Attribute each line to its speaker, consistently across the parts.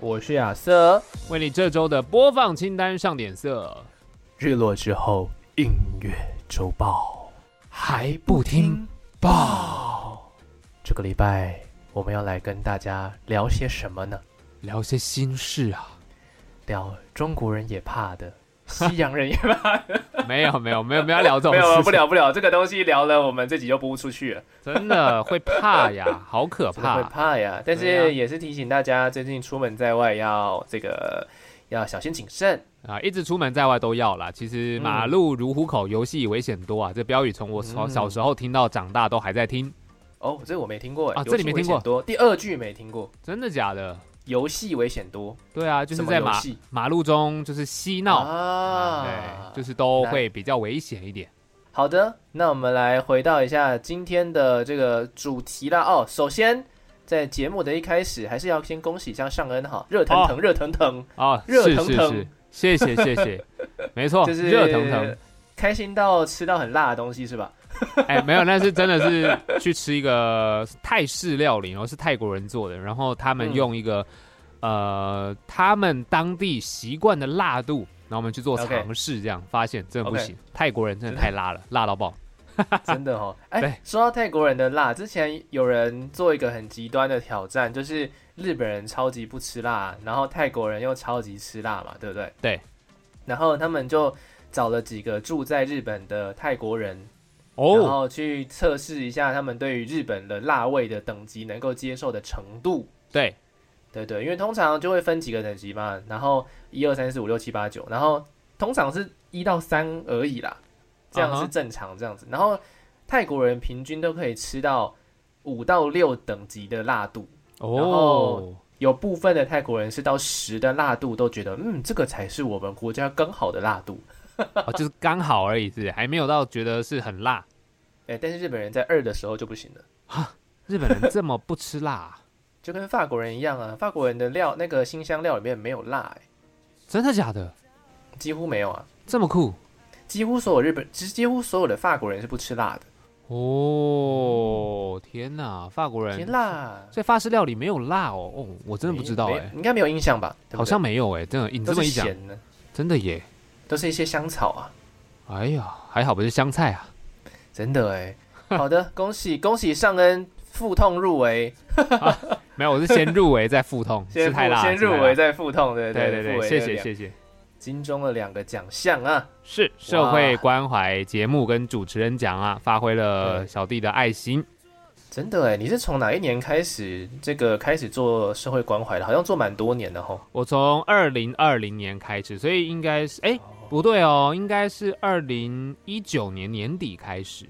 Speaker 1: 我是亚瑟。
Speaker 2: 为你这周的播放清单上点色。
Speaker 1: 日落之后，音乐周报
Speaker 2: 还不听
Speaker 1: 报。这个礼拜我们要来跟大家聊些什么呢？
Speaker 2: 聊些心事啊？
Speaker 1: 聊中国人也怕 的，西洋人也怕的。
Speaker 2: 没有没有没有没有聊这种
Speaker 1: 没
Speaker 2: 事情，
Speaker 1: 有啊不聊不聊，这个东西聊了，我们这集就播出去了，
Speaker 2: 真的会怕 呀，好可
Speaker 1: 真 的会
Speaker 2: 怕。
Speaker 1: 怕呀。但
Speaker 2: 对呀
Speaker 1: 是也是提醒大家，最近出门在外要这个要小心谨慎。
Speaker 2: 啊，一直出门在外都要啦。其实马路如虎口，游戏危险多啊。这标语从我小
Speaker 1: 嗯
Speaker 2: 小时候听到长大都还在听，
Speaker 1: 哦，这我没听过哎
Speaker 2: 啊这里没
Speaker 1: 游戏危
Speaker 2: 听过
Speaker 1: 险多，第二句没听过。
Speaker 2: 真的假的？
Speaker 1: 游戏危险多，
Speaker 2: 对啊，就是
Speaker 1: 什么
Speaker 2: 在
Speaker 1: 游
Speaker 2: 马
Speaker 1: 戏
Speaker 2: 马路中就是嬉闹
Speaker 1: 啊
Speaker 2: 啊，对，就是都
Speaker 1: 那
Speaker 2: 会比较危险一点。
Speaker 1: 好的。那我们来回到一下今天的这个主题啦。哦，首先在节目的一开始，还是要先恭喜一下尚恩哈，热腾腾，热腾腾，
Speaker 2: 哦，
Speaker 1: 啊热
Speaker 2: 是
Speaker 1: 腾
Speaker 2: 是
Speaker 1: 腾
Speaker 2: 是，谢谢谢 谢，没错，
Speaker 1: 就是
Speaker 2: 哦热腾腾。，
Speaker 1: 开心到吃到很辣的东西是吧？
Speaker 2: 哎，没有，那是真的是去吃一个泰式料理，然后是泰国人做的，然后他们
Speaker 1: 嗯
Speaker 2: 用一个、呃他们当地习惯的辣度，然后我们去做
Speaker 1: OK
Speaker 2: 尝试，这样发现真的不
Speaker 1: OK
Speaker 2: 行泰国人真的太辣了，辣到爆。
Speaker 1: 真的哦，
Speaker 2: 对
Speaker 1: 哎，说到泰国人的辣，之前有人做一个很极端的挑战，就是日本人超级不吃辣，然后泰国人又超级吃辣嘛，对不对？
Speaker 2: 对。
Speaker 1: 然后他们就找了几个住在日本的泰国人，然
Speaker 2: 哦，
Speaker 1: 后去测试一下他们对于日本的辣味的等级能够接受的程度。
Speaker 2: 对，
Speaker 1: 对对，因为通常就会分几个等级嘛，然后一二三四五六七八九，然后通常是一到三而已啦，这样
Speaker 2: 啊哈
Speaker 1: 是正常这样子。然后泰国人平均都可以吃到五到六等级的辣度，然
Speaker 2: 哦
Speaker 1: 后，有部分的泰国人是到十的辣度都觉得，嗯，这个才是我们国家刚好的辣度。
Speaker 2: 哦就是刚好而已，是不是还没有到觉得是很辣。
Speaker 1: 哎，但是日本人在二的时候就不行了。
Speaker 2: 日本人这么不吃辣 啊、
Speaker 1: 就跟法国人一样啊，法国人的料那个新香料里面没有辣、
Speaker 2: 真的假的？
Speaker 1: 欸，几乎没有啊，
Speaker 2: 这么酷
Speaker 1: 几乎所有日本，其实几乎所有的法国人是不吃辣的，
Speaker 2: 哦！天哪，法国人
Speaker 1: 甜辣
Speaker 2: 所以法式料理没有辣哦，哦，我真的不知道
Speaker 1: 没
Speaker 2: 哎、
Speaker 1: 没应该没有印象吧？对不对
Speaker 2: 好像没有哎、真的，你这
Speaker 1: 都
Speaker 2: 么
Speaker 1: 是
Speaker 2: 一讲，
Speaker 1: 咸的，
Speaker 2: 真的耶，
Speaker 1: 都是一些香草啊，
Speaker 2: 哎呀，还好不是香菜啊，
Speaker 1: 真的哎、好的，恭喜恭喜上恩腹痛入围，
Speaker 2: 没有，我是先入围再腹痛，
Speaker 1: 先
Speaker 2: 是
Speaker 1: 腹
Speaker 2: 太辣了，
Speaker 1: 先
Speaker 2: 是太
Speaker 1: 入
Speaker 2: 辣
Speaker 1: 围
Speaker 2: 了
Speaker 1: 再腹痛，对
Speaker 2: 对对
Speaker 1: 腹
Speaker 2: 对，
Speaker 1: 围
Speaker 2: 谢
Speaker 1: 有
Speaker 2: 谢
Speaker 1: 两
Speaker 2: 谢谢，
Speaker 1: 金钟了两个奖项啊，
Speaker 2: 是社会关怀节目跟主持人奖啊，发挥了
Speaker 1: 对
Speaker 2: 小弟的爱心，
Speaker 1: 真的哎、你是从哪一年开始这个开始做社会关怀的？好像做蛮多年的吼，
Speaker 2: 我从二零二零年开始，所以应该是哎、不对哦，应该是二零一九年年底开始，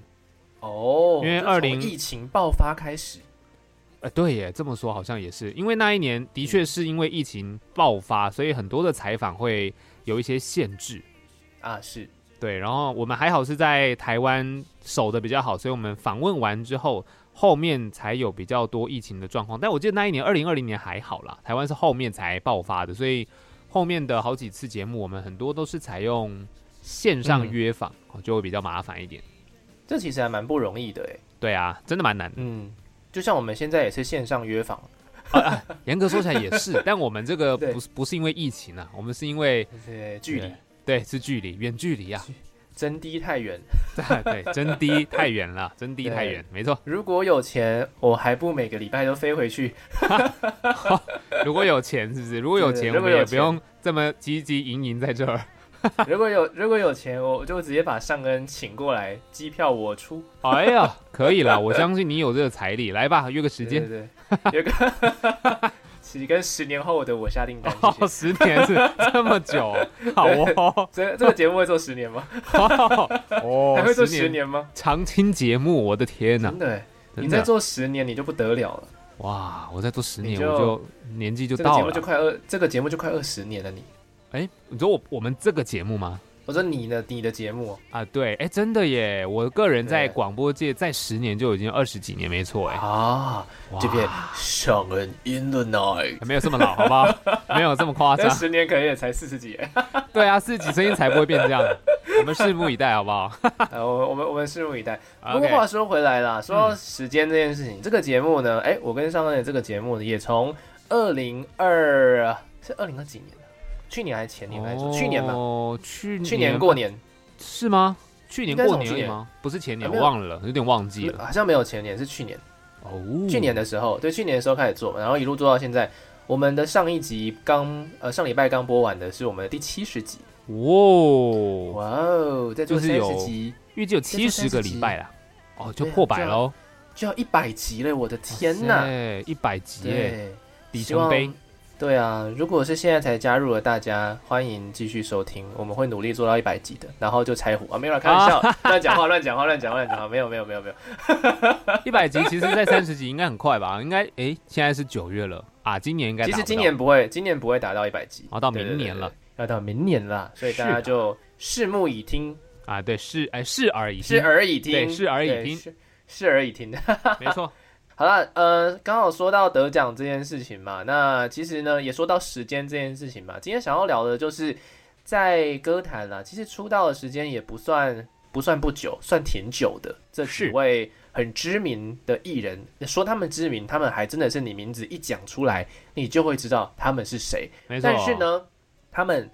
Speaker 1: 哦，
Speaker 2: 因为
Speaker 1: 就从
Speaker 2: 20
Speaker 1: 疫情爆发开始。
Speaker 2: 呃，对耶，这么说好像也是，因为那一年的确是因为疫情爆发，所以很多的采访会有一些限制。
Speaker 1: 啊，是
Speaker 2: 对，然后我们还好是在台湾守的比较好，所以我们访问完之后，后面才有比较多疫情的状况。但我记得那一年二零二零年还好啦，台湾是后面才爆发的，所以后面的好几次节目，我们很多都是采用线上
Speaker 1: 嗯
Speaker 2: 约访，哦就会比较麻烦一点。
Speaker 1: 这其实还蛮不容易的哎。
Speaker 2: 对啊，真的蛮难的。
Speaker 1: 嗯，就像我们现在也是线上约访，
Speaker 2: 严格说起来也是， 但我们这个
Speaker 1: 对
Speaker 2: 不是不是因为疫情啊，我们是因为
Speaker 1: 就是距离
Speaker 2: 对对，是距离，远距离啊，
Speaker 1: 真低太远。
Speaker 2: 对，真低太远了，真低太远，没错。
Speaker 1: 如果有钱，我还不每个礼拜都飞回去。
Speaker 2: 如果有钱，是不是？如果有
Speaker 1: 对
Speaker 2: 钱，
Speaker 1: 如
Speaker 2: 我
Speaker 1: 果
Speaker 2: 们也
Speaker 1: 有
Speaker 2: 不
Speaker 1: 钱
Speaker 2: 用这么积极营营在这儿。
Speaker 1: 如果有如果有钱，我就直接把尚恩请过来，机票我出。
Speaker 2: 哎呀，可以 了，我相信你有这个财力，来吧，约个时
Speaker 1: 对
Speaker 2: 间。
Speaker 1: 对对，有个 起跟十年后的我下订单。谢谢
Speaker 2: 哦，十年是这么久，好哦，
Speaker 1: 这这个节目会做十年吗？
Speaker 2: 哦，
Speaker 1: 还会做
Speaker 2: 十
Speaker 1: 十年吗？
Speaker 2: 常青节目，我的天哪
Speaker 1: 真！的欸，你
Speaker 2: 真
Speaker 1: 再
Speaker 2: 的
Speaker 1: 做十年，你就不得了了。
Speaker 2: 哇，我再做十
Speaker 1: 你
Speaker 2: 年，
Speaker 1: 就
Speaker 2: 我就年纪就
Speaker 1: 这个节
Speaker 2: 到
Speaker 1: 目就
Speaker 2: 了。
Speaker 1: 快二，这个节目就快二十年了你。
Speaker 2: 哎，你说我我们这个节目吗？
Speaker 1: 我说你呢？你的节目
Speaker 2: 啊，对，哎，真的耶！我个人在
Speaker 1: 对
Speaker 2: 广播界在十年就已经二十几年，没错，哎，
Speaker 1: 啊，
Speaker 2: 哇
Speaker 1: 这边上恩 in the night，
Speaker 2: 没有这么老，好不 好？没有这么夸
Speaker 1: 那
Speaker 2: 张。
Speaker 1: 十年可能也才四 十几耶。
Speaker 2: 对啊，四十几声音才不会变这 样。我们拭目以待，好不好？
Speaker 1: 呃，我们我们我们拭目以待。不过
Speaker 2: OK
Speaker 1: 话说回来啦，说到时间这件事情，这个节目呢，哎，我跟上恩的这个节目呢，也从二零二是二零二几年的，去年还是前年来说，去年吧，
Speaker 2: 哦，去
Speaker 1: 去年过年，
Speaker 2: 是吗？去年
Speaker 1: 应该是
Speaker 2: 过
Speaker 1: 我
Speaker 2: 年而
Speaker 1: 去
Speaker 2: 已
Speaker 1: 年
Speaker 2: 吗？不是前年，
Speaker 1: 啊
Speaker 2: 我
Speaker 1: 没有
Speaker 2: 忘了，有点忘记了。
Speaker 1: 好像没有前年，是去年，
Speaker 2: 哦，
Speaker 1: 去年的时候，对，去年的时候开始做，然后一路做到现在。我们的上一集刚呃上礼拜刚播完的是我们的第七十集，
Speaker 2: 哇，
Speaker 1: 哇哦，在做
Speaker 2: 就
Speaker 1: 三
Speaker 2: 是有
Speaker 1: 十集
Speaker 2: 预计有
Speaker 1: 这
Speaker 2: 七
Speaker 1: 就
Speaker 2: 十
Speaker 1: 三
Speaker 2: 个
Speaker 1: 十
Speaker 2: 礼
Speaker 1: 集
Speaker 2: 拜啦，哦，就
Speaker 1: 对啊
Speaker 2: 破百
Speaker 1: 这样
Speaker 2: 喽！
Speaker 1: 就要一百集了，我的天呐！
Speaker 2: 对，一百集耶，
Speaker 1: 对，
Speaker 2: 里
Speaker 1: 希
Speaker 2: 程
Speaker 1: 望
Speaker 2: 碑。
Speaker 1: 对啊，如果是现在才加入的大家，欢迎继续收听，我们会努力做到一百集的，然后就拆伙啊，没有啦，开玩笑， 乱讲话，乱讲话，乱讲话，乱讲话，没有，没有，没有， 没有，
Speaker 2: 一百集其实，在三十集 应该很快吧？应该诶，现在是九月了啊，今年应该
Speaker 1: 其
Speaker 2: 达
Speaker 1: 实
Speaker 2: 不
Speaker 1: 今
Speaker 2: 到
Speaker 1: 年不会，今年不会达到一百集，
Speaker 2: 哦到
Speaker 1: 对
Speaker 2: 明年了，
Speaker 1: 对对对要到明年啦，所以大
Speaker 2: 是啊
Speaker 1: 家
Speaker 2: 的
Speaker 1: 就拭目以听，
Speaker 2: 啊，对，是哎是而已，
Speaker 1: 拭而以
Speaker 2: 对
Speaker 1: 听，
Speaker 2: 拭而以
Speaker 1: 对
Speaker 2: 听，
Speaker 1: 拭拭而以听。
Speaker 2: 没错，
Speaker 1: 好了，呃，刚好说到得奖这件事情嘛，那其实呢也说到时间这件事情嘛，今天想要聊的就是在歌坛啦，其实出道的时间也不算不算不久，算挺久的。这
Speaker 2: 是
Speaker 1: 几位很知名的艺人，说他们知名，他们还真的是你名字一讲出来，你就会知道他们是谁。
Speaker 2: 没错。
Speaker 1: 但是，呢，他们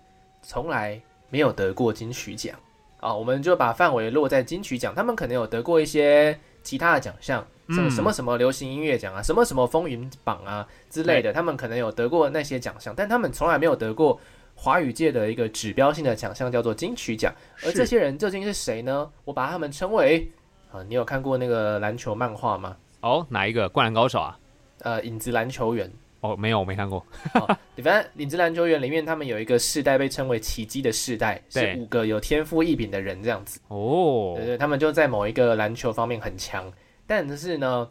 Speaker 1: 从来没有得过金曲奖啊。我们就把范围落在金曲奖，他们可能有得过一些其他的奖项，什么
Speaker 2: 嗯
Speaker 1: 什么什么流行音乐奖啊，什么什么风云榜啊之类的，他们可能有得过那些奖项，但他们从来没有得过。华语界的一个指标性的奖项叫做金曲奖，而
Speaker 2: 是
Speaker 1: 这些人究竟是谁呢？我把他们称为啊，你有看过那个篮球漫画吗？
Speaker 2: 哦，哪一个灌篮高手啊？
Speaker 1: 呃，影子篮球员，
Speaker 2: 哦，没有，我没看过。
Speaker 1: 对，反正领子篮球员里面，他们有一个世代被称为奇迹的世代，
Speaker 2: 对
Speaker 1: 是五个有天赋异禀的人这样子。
Speaker 2: 哦
Speaker 1: 对，对，他们就在某一个篮球方面很强，但是呢，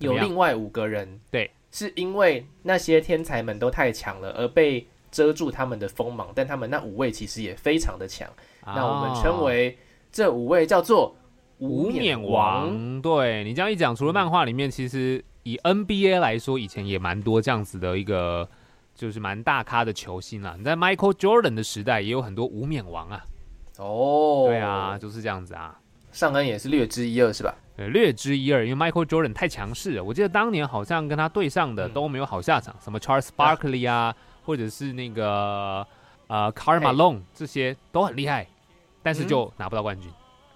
Speaker 2: 怎么
Speaker 1: 有
Speaker 2: 样
Speaker 1: 另外五个人，
Speaker 2: 对，
Speaker 1: 是因为那些天才们都太强了，而被遮住他们的锋芒。但他们那五位其实也非常的强，那我们称
Speaker 2: 啊
Speaker 1: 为这五位叫做
Speaker 2: 无冕
Speaker 1: 冕
Speaker 2: 王。对你这样一讲，除了漫画里面，其实以 NBA 来说，以前也蛮多这样子的一个，就是蛮大咖的球星啦。你在 Michael Jordan 的时代，也有很多无冕王啊。
Speaker 1: 哦，
Speaker 2: 对啊，，就是这样子啊。
Speaker 1: 上恩也是略知一二是吧？
Speaker 2: 呃，略知一二，因为 Michael Jordan 太强势了。我记得当年好像跟他对上的
Speaker 1: 嗯
Speaker 2: 都没有好下场，什么 Charles Barkley 啊，或者是那个呃 Karl
Speaker 1: 哎
Speaker 2: Malone 这些都很厉害，但是
Speaker 1: 嗯
Speaker 2: 就拿不到冠军。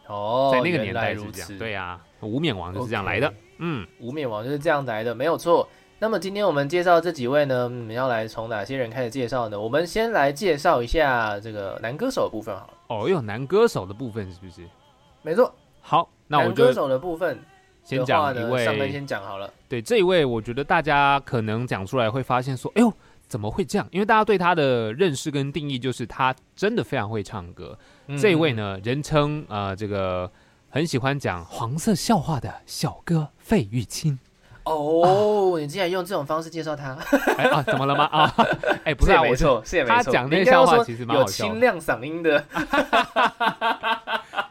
Speaker 1: 哦，
Speaker 2: 在那个
Speaker 1: 原
Speaker 2: 年
Speaker 1: 来
Speaker 2: 代是
Speaker 1: 如
Speaker 2: 这样，
Speaker 1: 此，
Speaker 2: 对啊，无冕王就是这样来的。
Speaker 1: OK
Speaker 2: 嗯，
Speaker 1: 无冕王就是这样来的，没有错。那么今天我们介绍这几位呢，我们要来从哪些人开始介绍呢？我们先来介绍一下这个男歌手的部分好了。
Speaker 2: 哦，有男歌手的部分是不是？
Speaker 1: 没错，
Speaker 2: 好，那我
Speaker 1: 男歌
Speaker 2: 就
Speaker 1: 手的部分
Speaker 2: 先
Speaker 1: 的
Speaker 2: 讲
Speaker 1: 话
Speaker 2: 一
Speaker 1: 呢，上面
Speaker 2: 位，
Speaker 1: 先讲好了。
Speaker 2: 对这一位，我觉得大家可能讲出来会发现说，哎呦，怎么会这样？因为大家对他的认识跟定义就是他真的非常会唱歌。
Speaker 1: 嗯
Speaker 2: 这一位
Speaker 1: 呢，
Speaker 2: 呢，人称呃这个很喜欢讲黄色笑话的小哥费玉清。
Speaker 1: 哦，你竟然用这种方式介绍他，
Speaker 2: 哎啊，怎么了吗？啊， 哎，不是
Speaker 1: 也
Speaker 2: 啊，
Speaker 1: 没
Speaker 2: 我是
Speaker 1: 错，是也没错。
Speaker 2: 他讲那
Speaker 1: 你
Speaker 2: 个
Speaker 1: 应该要
Speaker 2: 笑话
Speaker 1: 说
Speaker 2: 其实蛮
Speaker 1: 有
Speaker 2: 好笑的
Speaker 1: 清亮嗓音的，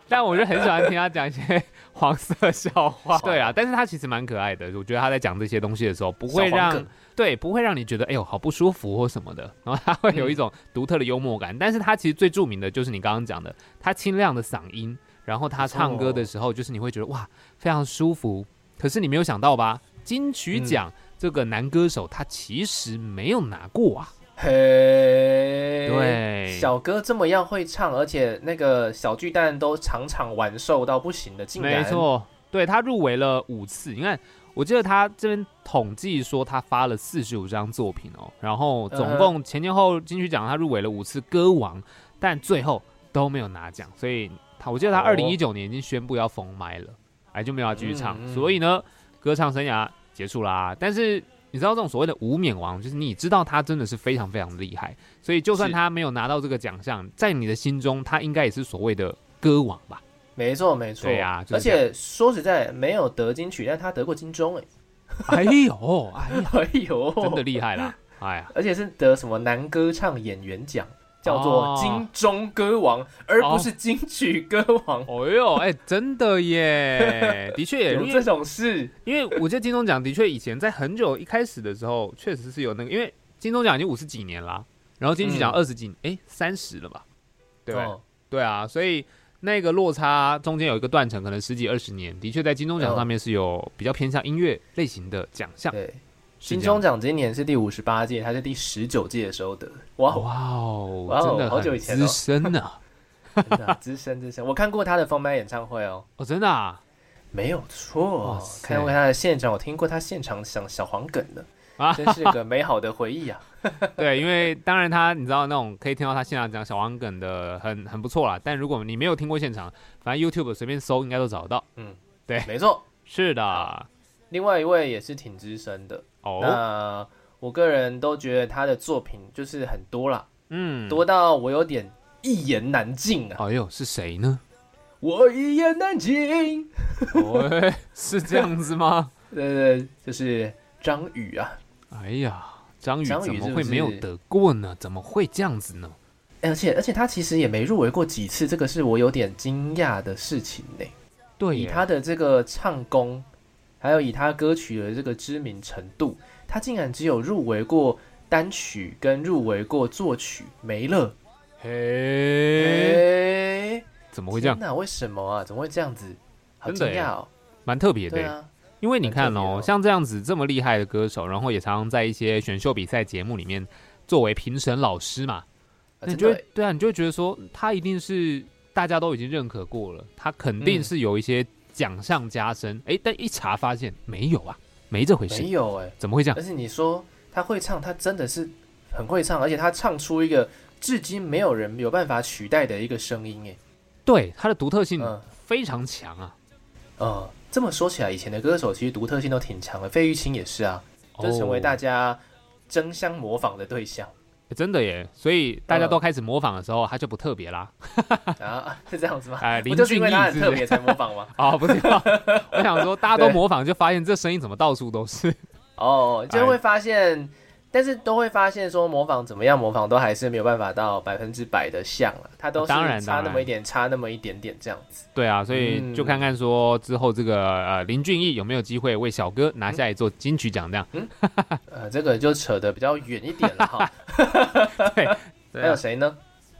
Speaker 2: 但我就很喜欢听他讲一些黄色笑话。 对啊，但是他其实蛮可爱的，我觉得他在讲这些东西的时候，不会
Speaker 1: 小黄
Speaker 2: 让
Speaker 1: 梗
Speaker 2: 对不会让你觉得哎呦好不舒服或什么的，然后他会有一种独特的幽默感。但是他其实最著名的就是你刚刚讲的，他清亮的嗓音，然后他唱歌的时候，就是你会觉得哇非常舒服。可是你没有想到吧，金曲奖。这个男歌手他其实没有拿过啊，
Speaker 1: 嘿，
Speaker 2: 对
Speaker 1: 小哥这么样会唱，而且那个小巨蛋都场场完售到不行的，竟然
Speaker 2: 没错，对他入围了五次。你看，我记得他这边统计说他发了四十五张作品哦，然后
Speaker 1: 呃
Speaker 2: 总共前前后后金曲奖他入围了五次歌王，但最后都没有拿奖。所以他我记得他
Speaker 1: 哦
Speaker 2: 二零一九年已经宣布要封麦了，哎就没有要继续唱，
Speaker 1: 嗯嗯
Speaker 2: 所以呢，歌唱生涯结束啦、但是你知道这种所谓的无冕王，就是你知道他真的是非常非常厉害，所以就算
Speaker 1: 是
Speaker 2: 他没有拿到这个奖项，在你的心中他应该也是所谓的歌王吧。
Speaker 1: 没错，没错，
Speaker 2: 对啊就
Speaker 1: 而
Speaker 2: 是这样
Speaker 1: 且说实在，没有得金曲，但他得过金钟， 哎，
Speaker 2: 哎呦，哎呀，
Speaker 1: 哎呦，
Speaker 2: 真的厉害啦！哎呀，
Speaker 1: 而且是得什么男歌唱演员奖，叫
Speaker 2: 哦
Speaker 1: 做金钟歌王，而不是金曲歌王。
Speaker 2: 哦哟，哎、真的耶，的确也，
Speaker 1: 有
Speaker 2: 因
Speaker 1: 这
Speaker 2: 为
Speaker 1: 种事，
Speaker 2: 因为我记得金钟奖的确以前在很久一开始的时候，确实是有那个，因为金钟奖已经五十几年啦，然后金曲奖
Speaker 1: 嗯
Speaker 2: 二十几，哎、三十了吧？对、
Speaker 1: 哦
Speaker 2: 对啊，所以那个落差中间有一个断层，可能十几二十年，的确在金钟奖上面是有比较偏向音乐类型的奖项。
Speaker 1: 对，
Speaker 2: 是
Speaker 1: 金
Speaker 2: 这样
Speaker 1: 钟奖今年是第五十八届，它是第十九届的时候得。哇哦，
Speaker 2: 哇哦，
Speaker 1: 哇哦
Speaker 2: 真的
Speaker 1: 好久
Speaker 2: 很
Speaker 1: 以前
Speaker 2: 资
Speaker 1: 哦
Speaker 2: 深呢、
Speaker 1: 真的啊 资深资深，我看过他的封麦演唱会哦，
Speaker 2: 哦，真的啊，
Speaker 1: 没有错
Speaker 2: 哇，塞
Speaker 1: 看过他的现场，我听过他现场讲小黄梗的，
Speaker 2: 啊
Speaker 1: 真是个美好的回忆啊！
Speaker 2: 对，因为当然他你知道那种可以听到他现场讲小黄梗的很很不错啦，但如果你没有听过现场，反正 YouTube 随便搜应该都找得到。
Speaker 1: 没错，
Speaker 2: 是的，
Speaker 1: 另外一位也是挺资深的，
Speaker 2: 哦，
Speaker 1: 那我个人都觉得他的作品就是很多啦，
Speaker 2: 嗯，，
Speaker 1: 多到我有点一言难尽啊！
Speaker 2: 哎呦，是谁呢？
Speaker 1: 我一言难尽，
Speaker 2: 哦，是这样子吗？
Speaker 1: 对对，对就是张宇啊，
Speaker 2: 哎呀，张宇
Speaker 1: 张宇
Speaker 2: 怎么
Speaker 1: 是不
Speaker 2: 会没有
Speaker 1: 是
Speaker 2: 得过呢？怎么会这样子呢？
Speaker 1: 而且而且他其实也没入围过几次，这个是我有点惊讶的事情呢。
Speaker 2: 对
Speaker 1: 以
Speaker 2: 耶，
Speaker 1: 他的这个唱功，还有以他歌曲的这个知名程度，他竟然只有入围过单曲跟入围过作曲，没了。哎
Speaker 2: 嘿，
Speaker 1: 诶、
Speaker 2: 怎么会这样？
Speaker 1: 天哪，为什么啊？怎么会这样子？好
Speaker 2: 真的
Speaker 1: 惊
Speaker 2: 耶
Speaker 1: 讶哦！
Speaker 2: 蛮特别的
Speaker 1: 对
Speaker 2: 耶，
Speaker 1: 啊，
Speaker 2: 因为你
Speaker 1: 蛮
Speaker 2: 看
Speaker 1: 特别
Speaker 2: 哦，
Speaker 1: 的
Speaker 2: 像这样子这么厉害的歌手，然后也常常在一些选秀比赛节目里面作为评审老师嘛，
Speaker 1: 啊
Speaker 2: 那你
Speaker 1: 真
Speaker 2: 就
Speaker 1: 的
Speaker 2: 会对啊，你就会觉得说他一定是大家都已经认可过了，他肯定
Speaker 1: 嗯
Speaker 2: 是有一些奖项加身。诶，但一查发现没有啊，没这回事
Speaker 1: 没，有哎、
Speaker 2: 怎么会这样
Speaker 1: 而？且你说他会唱，他真的是很会唱，而且他唱出一个至今没有人有办法取代的一个声音哎、
Speaker 2: 对，他的独特性
Speaker 1: 嗯
Speaker 2: 非常强啊。
Speaker 1: 呃，这么说起来，以前的歌手其实独特性都挺强的，费玉清也是啊，就成为大
Speaker 2: 哦
Speaker 1: 家争相模仿的对 象
Speaker 2: 诶哦真的耶，所以大
Speaker 1: 嗯
Speaker 2: 家都开始模仿的时候，他就不特别 啦。
Speaker 1: 啊，是这样子吗？
Speaker 2: 哎，林
Speaker 1: 不就是
Speaker 2: 俊
Speaker 1: 因
Speaker 2: 逸
Speaker 1: 为他很
Speaker 2: 是
Speaker 1: 特
Speaker 2: 不
Speaker 1: 别
Speaker 2: 是？
Speaker 1: 才模仿吗？
Speaker 2: 哦， 不知道，我想说大家都
Speaker 1: 对
Speaker 2: 模仿，就发现这声音怎么到处都是。
Speaker 1: 哦，
Speaker 2: 哎
Speaker 1: 就会发现，但是都会发现说模仿怎么样模仿都还是没有办法到百分之百的像了，他都是
Speaker 2: 哦当然
Speaker 1: 差
Speaker 2: 当
Speaker 1: 那
Speaker 2: 然
Speaker 1: 么一点，差那么一点点这样子。
Speaker 2: 对啊，所以
Speaker 1: 嗯
Speaker 2: 就看看说之后这个呃林俊逸有没有机会为小哥拿下一座金曲奖这样。
Speaker 1: 呃，这个就扯得比较远一点 了哈。
Speaker 2: 啊
Speaker 1: 还有谁呢？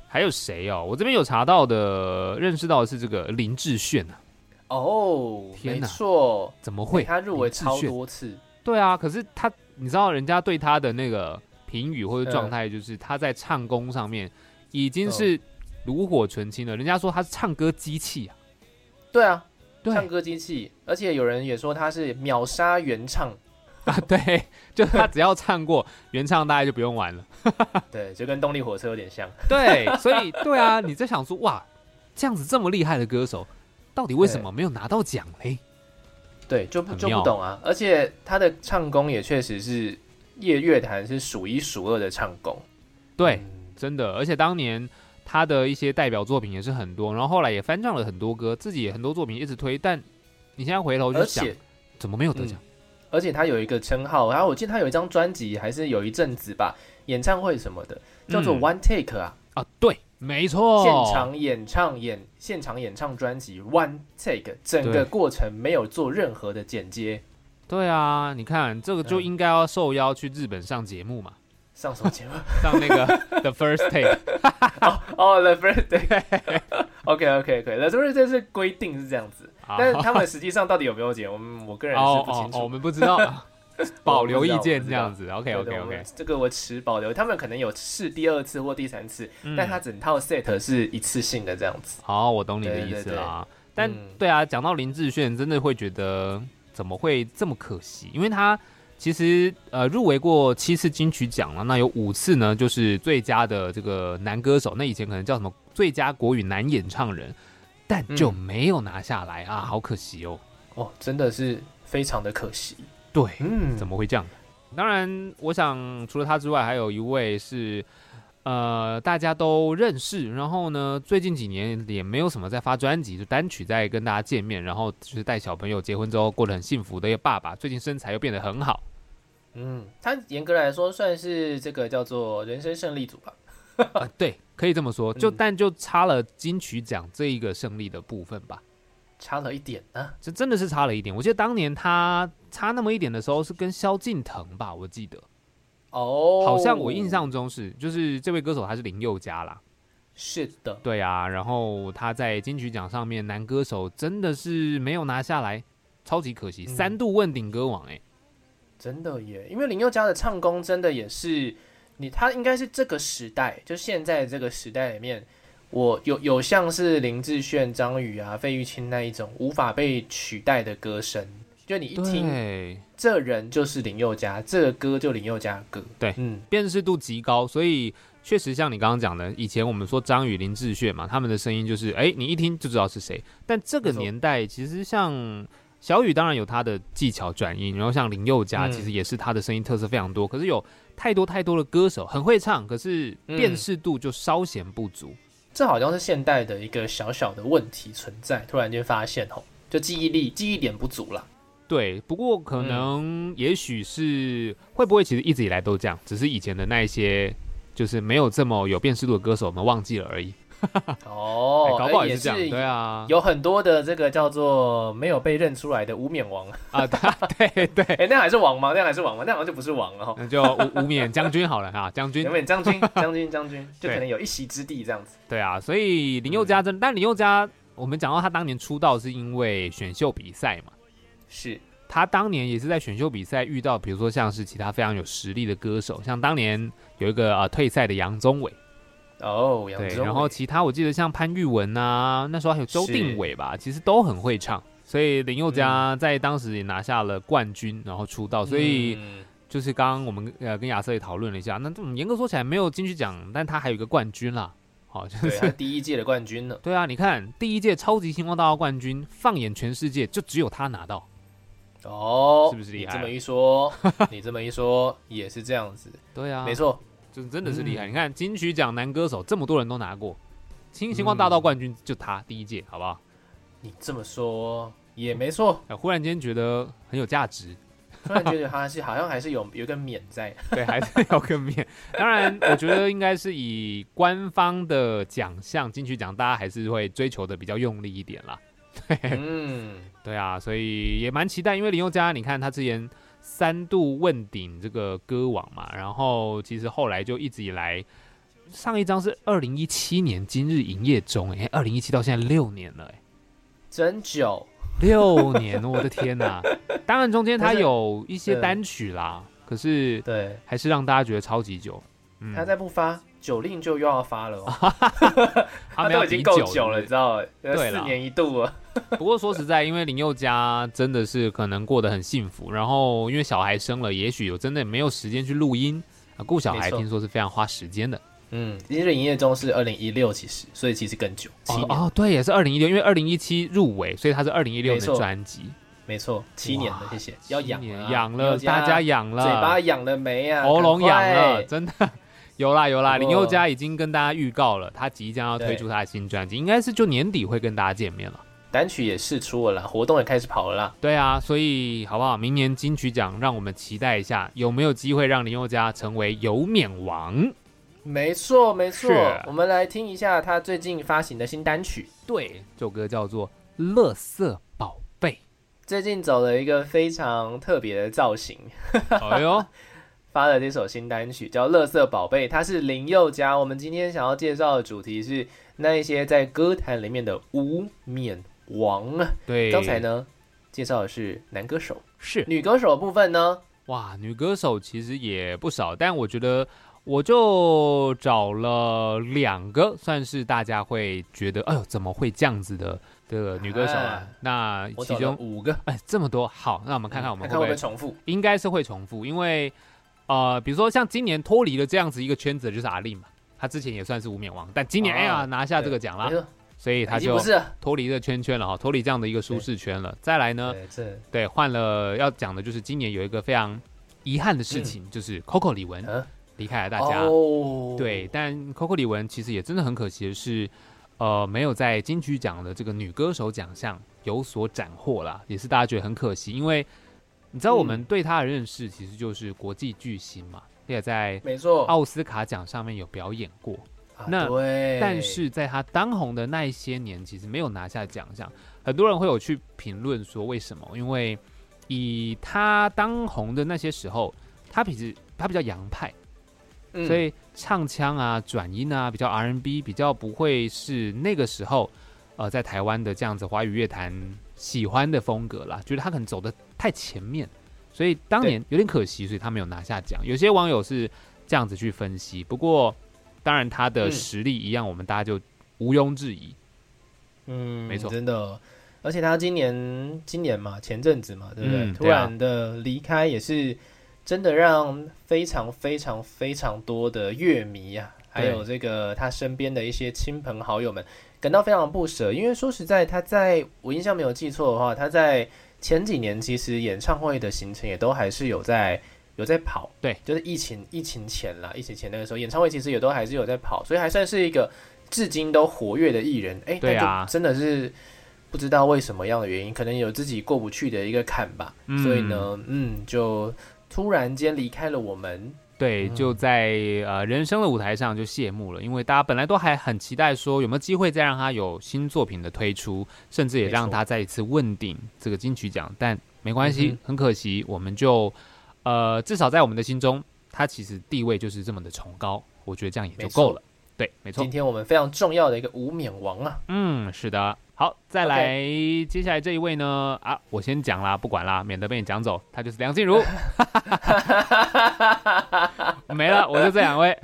Speaker 2: 还有谁哦？我这边有查到的，认识到的是这个林志炫啊，
Speaker 1: 哦，
Speaker 2: 天
Speaker 1: 没
Speaker 2: 哪
Speaker 1: 错，
Speaker 2: 怎么会？
Speaker 1: 他入围超
Speaker 2: 林志炫。
Speaker 1: 多次，
Speaker 2: 对啊，可是他，你知道人家对他的那个评语或者
Speaker 1: 嗯
Speaker 2: 状态，就是他在唱功上面已经是炉火纯青了。人家说他是唱歌机器啊，
Speaker 1: 对啊，
Speaker 2: 对
Speaker 1: 唱歌机器，而且有人也说他是秒杀原唱，
Speaker 2: 啊， 对，就他只要唱过原唱，大概就不用 玩了。啊
Speaker 1: 对，就跟动力火车有点像。
Speaker 2: 对，所以对啊，你在想说哇，这样子这么厉害的歌手，到底为什么没有拿到奖嘞？
Speaker 1: 对，就不
Speaker 2: 很
Speaker 1: 就
Speaker 2: 妙
Speaker 1: 不懂啊。而且他的唱功也确实是业乐坛是数一数二的唱功。
Speaker 2: 对，
Speaker 1: 嗯
Speaker 2: 真的，而且当年他的一些代表作品也是很多，然后后来也翻唱了很多歌，自己也很多作品一直推，但你现在回头去
Speaker 1: 而
Speaker 2: 想，
Speaker 1: 且嗯
Speaker 2: 怎么没有得奖？
Speaker 1: 而且他有一个称号，然后我记得他有一张专辑，还是有一阵子吧，演唱会什么的，叫做
Speaker 2: 嗯哦
Speaker 1: One Take 啊，
Speaker 2: 啊，对，没错，
Speaker 1: 现场演唱演现场演唱专辑 One Take，整
Speaker 2: 对
Speaker 1: 个过程没有做任何的剪接，
Speaker 2: 对啊，你看这个就
Speaker 1: 嗯
Speaker 2: 应该要受邀去日本上节目嘛，
Speaker 1: 上什 么节目？
Speaker 2: 上那 个 The First Take，
Speaker 1: 哦、t h e First Day，OK OK OK，The First Day 是规定是这样子，
Speaker 2: 啊
Speaker 1: 但是他们实际上到底有没有剪，我们我个人是
Speaker 2: 哦
Speaker 1: 不
Speaker 2: 哦
Speaker 1: 清楚。
Speaker 2: 哦，我哦们不知 道，啊保留意
Speaker 1: 我
Speaker 2: 见
Speaker 1: 不知道
Speaker 2: 这样子，OK
Speaker 1: 对
Speaker 2: OK
Speaker 1: 对我
Speaker 2: OK，
Speaker 1: 们这个我持保留。他们可能有试第二次或第三次，
Speaker 2: 嗯
Speaker 1: 但他整套 set 是一次性的这样子。
Speaker 2: 好，我懂你的
Speaker 1: 对
Speaker 2: 意
Speaker 1: 对
Speaker 2: 思
Speaker 1: 对
Speaker 2: 啦。但
Speaker 1: 嗯
Speaker 2: 对啊，讲到林志炫，真的会觉得怎么会这么可惜？因为他其实呃入围过七次金曲奖了，那有五次呢就是最佳的这个男歌手，那以前可能叫什么最佳国语男演唱人，但就
Speaker 1: 嗯
Speaker 2: 没有拿下来、啊，好可惜哦。
Speaker 1: 哦，真的是非常的可惜。
Speaker 2: 对，
Speaker 1: 嗯，
Speaker 2: 怎么会这样？当然，我想除了他之外，还有一位是，呃，大家都认识。然后呢，最近几年也没有什么在发专辑，就单曲在跟大家见面。然后就是带小朋友结婚之后过得很幸福的一个爸爸，最近身材又变得很好。
Speaker 1: 嗯，他严格来说算是这个叫做人生胜利组吧。
Speaker 2: 啊，对，可以这么说，就
Speaker 1: 嗯
Speaker 2: 但就差了金曲奖这一个胜利的部分吧，
Speaker 1: 差了一点啊呢、
Speaker 2: 这真的是差了一点。我记得当年他差那么一点的时候是跟萧敬腾吧，我记得
Speaker 1: 哦，
Speaker 2: 好像我印象中是，就是这位歌手他是林宥嘉啦，
Speaker 1: 是的，
Speaker 2: 对啊，然后他在金曲奖上面男歌手真的是没有拿下来，超级可惜，
Speaker 1: 嗯
Speaker 2: 三度问鼎歌王哎、
Speaker 1: 真的耶，因为林宥嘉的唱功真的也是你，他应该是这个时代，就现在这个时代里面，我有有像是林志炫、张宇啊、费玉清那一种无法被取代的歌声，就你一听
Speaker 2: 对，
Speaker 1: 这人就是林宥嘉，这个歌就林宥嘉的歌，
Speaker 2: 对
Speaker 1: 嗯，
Speaker 2: 辨识度极高，所以确实像你刚刚讲的，以前我们说张宇、林志炫嘛，他们的声音就是，哎、你一听就知道是谁。但这个
Speaker 1: 没错
Speaker 2: 年代，其实像小雨当然有他的技巧转音，然后像林宥嘉，
Speaker 1: 嗯
Speaker 2: 其实也是他的声音特色非常多。可是有太多太多的歌手很会唱，可是
Speaker 1: 嗯
Speaker 2: 辨识度就稍显不足。
Speaker 1: 这好像是现代的一个小小的问题存在，突然间发现吼，就记忆力、记忆点不足了，
Speaker 2: 对，不过可
Speaker 1: 嗯
Speaker 2: 能也许是会不会其实一直以来都这样，只是以前的那一些就是没有这么有辨识度的歌手，我们忘记了而已。哎
Speaker 1: 哦，
Speaker 2: 搞不好
Speaker 1: 哎
Speaker 2: 也
Speaker 1: 也
Speaker 2: 是这样，对啊，
Speaker 1: 有很多的这个叫做没有被认出来的无冕王。
Speaker 2: 啊，对对，
Speaker 1: 哎、那还是王吗？那还是王吗？那好像就不是王了哦。
Speaker 2: 那就无无冕将军好了哈，将军
Speaker 1: 有没有 将军？将军，将军，就
Speaker 2: 对
Speaker 1: 可能有一席之地这样子。
Speaker 2: 对啊，所以林宥嘉
Speaker 1: 嗯
Speaker 2: 真，但林宥嘉我们讲到他当年出道是因为选秀比赛嘛，
Speaker 1: 是，
Speaker 2: 他当年也是在选秀比赛遇到，比如说像是其他非常有实力的歌手，像当年有一个呃退赛的杨宗纬，
Speaker 1: 哦，杨
Speaker 2: 对，
Speaker 1: 宗纬
Speaker 2: 然后其他我记得像潘玉文啊，那时候还有周
Speaker 1: 是
Speaker 2: 定伟吧，其实都很会唱，所以林宥
Speaker 1: 嗯
Speaker 2: 嘉在当时也拿下了冠军，然后出道，所以。
Speaker 1: 嗯
Speaker 2: 就是刚刚我们呃跟亚瑟也讨论了一下，那这种严格说起来没有金曲奖，但他还有一个冠军啦。好、就
Speaker 1: 对，啊
Speaker 2: 是
Speaker 1: 他是第一届的冠军呢。
Speaker 2: 对啊，你看第一届超级星光大道冠军，放眼全世界就只有他拿到。
Speaker 1: 哦，
Speaker 2: 是不是厉害
Speaker 1: 你这么一说， 你这么一说也是这样子，
Speaker 2: 对啊，
Speaker 1: 没，错。
Speaker 2: 就是真的是
Speaker 1: 嗯
Speaker 2: 厉害。你看金曲奖男歌手这么多人都拿过，星星光大道
Speaker 1: 嗯
Speaker 2: 冠军就他第一届，好不好？
Speaker 1: 你这么说也 没错。
Speaker 2: 呃忽然间觉得很有价值，
Speaker 1: 突然觉得他是好像还是有有一个免在。
Speaker 2: 对，还是要更面。当然，我觉得应该是以官方的奖项金曲奖，大家还是会追求的比较用力一点啦。
Speaker 1: 嗯，
Speaker 2: 对啊，所以也蛮期待，因为林宥嘉，你看他之前三度问鼎这个歌王嘛，然后其实后来就一直以来，上一张是二零一七年今日营业中，哎，二零一七到现在六年了，哎，
Speaker 1: 真久。
Speaker 2: 六年，我的天哪！当然中间他
Speaker 1: 但是
Speaker 2: 有一些
Speaker 1: 对
Speaker 2: 单曲啦，可是
Speaker 1: 对，
Speaker 2: 还是让大家觉得超级久。嗯
Speaker 1: 他再不发酒令就又要发了、哦，
Speaker 2: 他们
Speaker 1: 都
Speaker 2: 要
Speaker 1: 已经
Speaker 2: 比
Speaker 1: 够
Speaker 2: 久
Speaker 1: 久了，
Speaker 2: 是
Speaker 1: 你知道吗？呃
Speaker 2: 对
Speaker 1: 四
Speaker 2: 啦
Speaker 1: 年一度
Speaker 2: 啊
Speaker 1: 了。
Speaker 2: 不过说实在，因为林宥嘉真的是可能过得很幸福，然后因为小孩生了，也许有真的没有时间去录音啊，顾小孩
Speaker 1: 没错
Speaker 2: 听说是非常花时间的。
Speaker 1: 嗯，今日营业中是二零一六，其实，所以其实更久，七
Speaker 2: 哦
Speaker 1: 年，
Speaker 2: 哦，对，也是二零一六，因为二零一七入围，所以他是二零一六
Speaker 1: 没
Speaker 2: 的
Speaker 1: 错
Speaker 2: 专辑。
Speaker 1: 没错，七年
Speaker 2: 哇
Speaker 1: 了，谢谢，要
Speaker 2: 七
Speaker 1: 养
Speaker 2: 年
Speaker 1: 了啊，
Speaker 2: 养
Speaker 1: 要
Speaker 2: 了，
Speaker 1: 加
Speaker 2: 大家养
Speaker 1: 嘴巴
Speaker 2: 了，
Speaker 1: 养了没啊？
Speaker 2: 喉咙
Speaker 1: 赶
Speaker 2: 养
Speaker 1: 快
Speaker 2: 了，，真的。有啦有啦，
Speaker 1: 不
Speaker 2: 林
Speaker 1: 过
Speaker 2: 宥嘉已经跟大家预告了，他即将要推
Speaker 1: 对
Speaker 2: 出他的新专辑，应该是就年底会跟大家见面了。
Speaker 1: 单曲也试出了啦，活动也开始跑了啦，
Speaker 2: 对啊，所以好不好？明年金曲奖让我们期待一下，有没有机会让林宥嘉成为有冕王？
Speaker 1: 没错没错
Speaker 2: 是，啊
Speaker 1: 我们来听一下他最近发行的新单曲，
Speaker 2: 对，这首歌叫做《乐色宝 贝
Speaker 1: 最近走了一个非常特别的造型，》。
Speaker 2: 哎呦，
Speaker 1: 发了这首新单曲，叫《乐色宝贝》，它是林宥嘉。我们今天想要介绍的主题是那一些在歌坛里面的无冕王。
Speaker 2: 对，
Speaker 1: 刚才呢，介绍的是男歌手，
Speaker 2: 是
Speaker 1: 女歌手的部分呢，
Speaker 2: 哇，女歌手其实也不少，但我觉得我就找了两个，算是大家会觉得，哎呦，怎么会这样子的的女歌手啊
Speaker 1: 啊？
Speaker 2: 那
Speaker 1: 我
Speaker 2: 其
Speaker 1: 找了
Speaker 2: 中
Speaker 1: 五个，嗯
Speaker 2: 哎这么多，好，那我们看看我们
Speaker 1: 看
Speaker 2: 会
Speaker 1: 看
Speaker 2: 不
Speaker 1: 会
Speaker 2: 会
Speaker 1: 不会重复。
Speaker 2: 应该是会重复，因为呃，比如说像今年脱离了这样子一个圈子，就是阿令嘛，他之前也算是无冕王，但今年
Speaker 1: 哦
Speaker 2: 哎呀拿下这个奖
Speaker 1: 没
Speaker 2: 啦，
Speaker 1: 错，
Speaker 2: 所以他
Speaker 1: 已经
Speaker 2: 就
Speaker 1: 不是了
Speaker 2: 脱离了圈圈了哈，脱离这样的一个舒适圈了。再来呢，
Speaker 1: 对，这
Speaker 2: 对，换了要讲的就是今年有一个非常遗憾的事情，就是 Coco 李玟
Speaker 1: 嗯
Speaker 2: 离开了大家。
Speaker 1: 哦，
Speaker 2: 对，，但 Coco 李玟其实也真的很可惜的是，呃，没有在金曲奖的这个女歌手奖项有所斩获啦，也是大家觉得很可惜，因为你知道
Speaker 1: 嗯
Speaker 2: 我们对她的认识其实就是国际巨星嘛，也在
Speaker 1: 没错，
Speaker 2: 奥斯卡奖上面有表演过，
Speaker 1: 啊
Speaker 2: 那
Speaker 1: 对，
Speaker 2: 但是在他当红的那一些年，其实没有拿下奖项。很多人会有去评论说为什么？因为以他当红的那些时候，他比较他比较洋派，
Speaker 1: 嗯
Speaker 2: 所以唱腔啊、转音啊比较 R&B，比较不会是那个时候呃在台湾的这样子华语乐坛喜欢的风格啦。觉得他可能走的太前面，所以当年有点可惜，所以他没有拿下奖。有些网友是这样子去分析，不过当然他的
Speaker 1: 嗯
Speaker 2: 实力一样，我们大家就毋庸置疑。
Speaker 1: 嗯，
Speaker 2: 没错
Speaker 1: 真的。而且他今年今年嘛，前阵子嘛，对不对？
Speaker 2: 嗯
Speaker 1: 突
Speaker 2: 对啊
Speaker 1: 然的离开也是真的让非常非常非常多的乐迷啊，还
Speaker 2: 对
Speaker 1: 有这个他身边的一些亲朋好友们感到非常不舍。因为说实在，他在我印象没有记错的话，他在前几年其实演唱会的行程也都还是有在有在跑，
Speaker 2: 对，
Speaker 1: 就是疫情疫情前啦，疫情前那个时候演唱会其实也都还是有在跑，所以还算是一个至今都活跃的艺人。哎、
Speaker 2: 对啊
Speaker 1: 那就真的是不知道为什么样的原因，可能有自己过不去的一个坎吧。
Speaker 2: 嗯
Speaker 1: 所以呢，嗯，就突然间离开了我们。
Speaker 2: 对，
Speaker 1: 嗯
Speaker 2: 就在呃人生的舞台上就谢幕了，因为大家本来都还很期待说有没有机会再让他有新作品的推出，甚至也
Speaker 1: 没
Speaker 2: 让
Speaker 1: 错
Speaker 2: 他再一次问鼎这个金曲奖，但没关系，
Speaker 1: 嗯
Speaker 2: 很可惜，我们就呃至少在我们的心中，他其实地位就是这么的崇高，我觉得这样也就
Speaker 1: 没错
Speaker 2: 够了。对，没错
Speaker 1: 今。天我们非常重要的一个无冕王啊，
Speaker 2: 嗯，是的。好，再
Speaker 1: OK
Speaker 2: 来接下来这一位呢？啊，我先讲啦，不管啦，免得被你讲走。他就是梁静茹， 没了，我就这两位。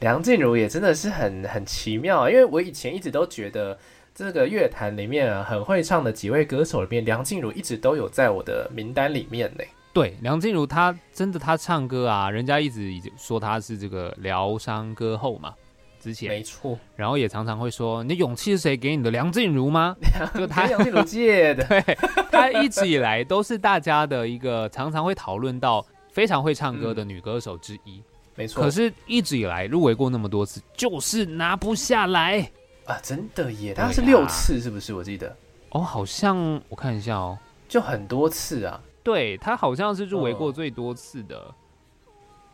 Speaker 1: 梁静茹也真的是很很奇妙啊，因为我以前一直都觉得这个乐坛里面啊很会唱的几位歌手里面，梁静茹一直都有在我的名单里面呢。
Speaker 2: 对，梁静茹她真的她唱歌啊，人家一直已经说她是这个疗伤歌后嘛，之前，
Speaker 1: 没错，
Speaker 2: 然后也常常会说，你的勇气是谁给你的？梁静茹 吗？就她
Speaker 1: 跟梁静茹 借的，
Speaker 2: 对，她一直以来都是大家的一个常常会讨论到非常会唱歌的女歌手之一，
Speaker 1: 嗯没错
Speaker 2: 可。是一直以来入围过那么多次，就是拿不下来。
Speaker 1: 啊，真的耶，
Speaker 2: 对
Speaker 1: 他是
Speaker 2: 呀
Speaker 1: 六次是不是？我记得
Speaker 2: 哦，好像我看一下哦，
Speaker 1: 就很多次啊。
Speaker 2: 对她好像是入围过
Speaker 1: 哦
Speaker 2: 最多次的，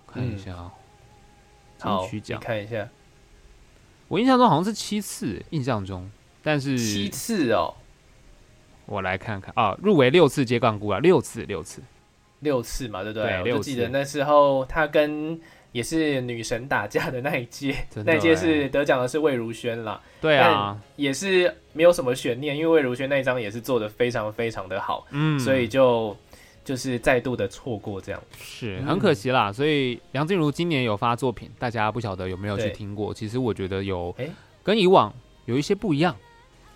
Speaker 2: 看一下哦。
Speaker 1: 好
Speaker 2: 金，曲
Speaker 1: 你
Speaker 2: 奖，
Speaker 1: 看一下，
Speaker 2: 我印象中好像是七次，印象中，但
Speaker 1: 七
Speaker 2: 是
Speaker 1: 次哦，
Speaker 2: 我来看看啊，入围六次接杠估了，六次六次，
Speaker 1: 六次嘛，对不
Speaker 2: 对
Speaker 1: 我就
Speaker 2: 六
Speaker 1: 记
Speaker 2: 次
Speaker 1: 得那时候他跟也是女神打架的那一届，
Speaker 2: 真的
Speaker 1: 那一
Speaker 2: 欸
Speaker 1: 届是得奖的是魏如萱啦，
Speaker 2: 对啊，
Speaker 1: 也是没有什么悬念，因为魏如萱那一张也是做的非常非常的好，
Speaker 2: 嗯，
Speaker 1: 所以就就是再度的错过这样。
Speaker 2: 是
Speaker 1: 嗯
Speaker 2: 很可惜啦。所以梁静茹今年有发作品，大家不晓得有没有去
Speaker 1: 对
Speaker 2: 听过？其实我觉得有
Speaker 1: 诶
Speaker 2: 跟以往有一些不一样，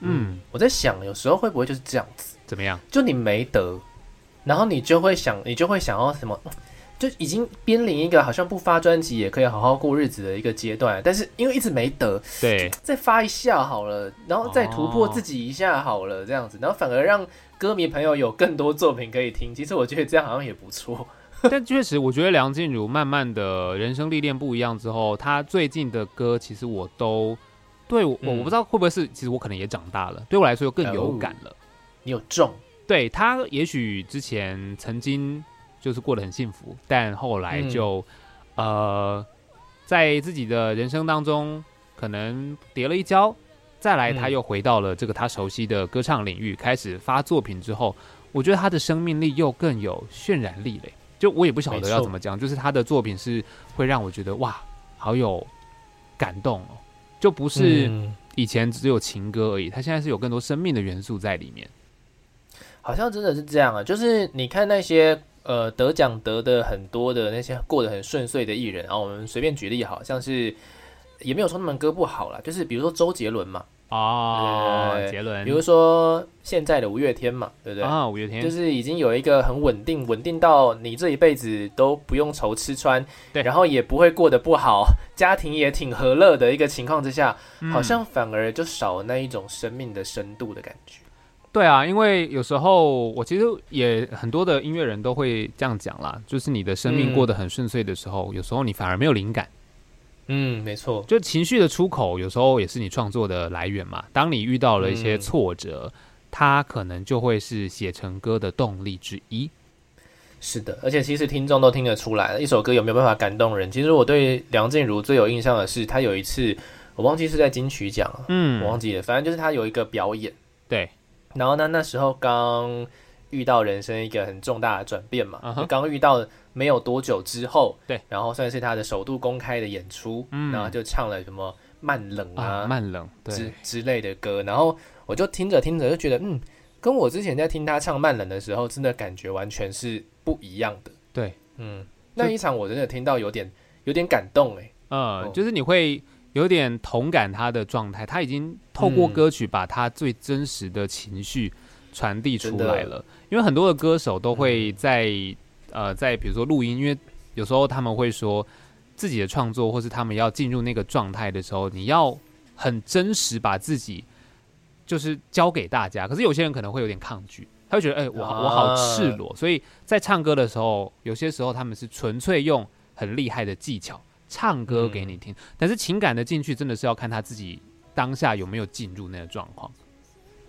Speaker 2: 嗯，
Speaker 1: 我在想，有时候会不会就是这样子，
Speaker 2: 怎么样？
Speaker 1: 就你没得，然后你就会想，你就会想要什么，嗯就已经濒临一个好像不发专辑也可以好好过日子的一个阶段，但是因为一直没得，
Speaker 2: 对，
Speaker 1: 再发一下好了，然后再突破
Speaker 2: 哦
Speaker 1: 自己一下好了，这样子，然后反而让歌迷朋友有更多作品可以听。其实我觉得这样好像也不错。
Speaker 2: 但确实，我觉得梁静茹慢慢的人生历练不一样之后，她最近的歌其实我都对我，我
Speaker 1: 嗯
Speaker 2: 不知道会不会是，其实我可能也长大了，对我来说又
Speaker 1: 呃
Speaker 2: 更
Speaker 1: 哦
Speaker 2: 有感了。
Speaker 1: 你有中，
Speaker 2: 对她，也许之前曾经就是过得很幸福，但后来
Speaker 1: 嗯
Speaker 2: 就、呃，在自己的人生当中可能跌了一跤，再来
Speaker 1: 嗯
Speaker 2: 她又回到了这个她熟悉的歌唱领域，开始发作品之后，我觉得她的生命力又更有渲染力嘞。就我也不晓
Speaker 1: 没
Speaker 2: 得
Speaker 1: 错
Speaker 2: 要怎么讲，就是她的作品是会让我觉得哇，好有感动哦，就不是
Speaker 1: 嗯
Speaker 2: 以前只有情歌而已，她现在是有更多生命的元素在里面。
Speaker 1: 好像真的是这样啊。就是你看那些呃得奖得的很多的那些过得很顺遂的艺人啊，我们随便举例好，像是也没有说他们歌不好啦，就是比如说周杰伦嘛，
Speaker 2: 哦，
Speaker 1: 对
Speaker 2: 杰伦，
Speaker 1: 比如说现在的五月天嘛，对不嗯对？
Speaker 2: 啊，五月天，
Speaker 1: 就是已经有一个很稳定，稳定到你这一辈子都不用愁吃穿，
Speaker 2: 对
Speaker 1: 然后也不会过得不好，家庭也挺和乐的一个情况之下，
Speaker 2: 嗯
Speaker 1: 好像反而就少了那一种生命的深度的感觉。
Speaker 2: 对啊，因为有时候我其实也很多的音乐人都会这样讲啦，就是你的生命
Speaker 1: 嗯
Speaker 2: 过得很顺遂的时候，有时候你反而没有灵感，
Speaker 1: 嗯，没错，
Speaker 2: 就情绪的出口有时候也是你创作的来源嘛。当你遇到了一些
Speaker 1: 嗯
Speaker 2: 挫折，它可能就会是写成歌的动力之一。
Speaker 1: 是的，而且其实听众都听得出来，一首歌有没有办法感动人？其实我对梁静茹最有印象的是，她有一次我忘记是在金曲奖了，我
Speaker 2: 嗯，
Speaker 1: 忘记了，反正就是她有一个表演，
Speaker 2: 对，
Speaker 1: 然后呢那时候刚遇到人生一个很重大的转变嘛
Speaker 2: 嗯哼
Speaker 1: 刚遇到没有多久之后，
Speaker 2: 对，
Speaker 1: 然后算是她的首度公开的演出，
Speaker 2: 嗯
Speaker 1: 然后就唱了什么慢冷
Speaker 2: 啊，慢冷，
Speaker 1: 之
Speaker 2: 对，
Speaker 1: 之类的歌，然后我就听着听着就觉得，嗯，跟我之前在听他唱《慢冷》的时候，真的感觉完全是不一样的。
Speaker 2: 对，
Speaker 1: 嗯，那一场我真的听到有点有点感动哎，
Speaker 2: 呃
Speaker 1: 哦，
Speaker 2: 就是你会有点同感他的状态，他已经透过
Speaker 1: 嗯
Speaker 2: 歌曲把他最真实的情绪传递出
Speaker 1: 真的嗯
Speaker 2: 来了。因为很多的歌手都会在、呃，在比如说录音，因为有时候他们会说自己的创作，或是他们要进入那个状态的时候，你要很真实把自己就是交给大家。可是有些人可能会有点抗拒。他会觉得，哎、我好我好赤
Speaker 1: 啊
Speaker 2: 裸，所以在唱歌的时候，有些时候他们是纯粹用很厉害的技巧唱
Speaker 1: 嗯
Speaker 2: 歌给你听，但是情感的进去真的是要看他自己当下有没有进入那个状况。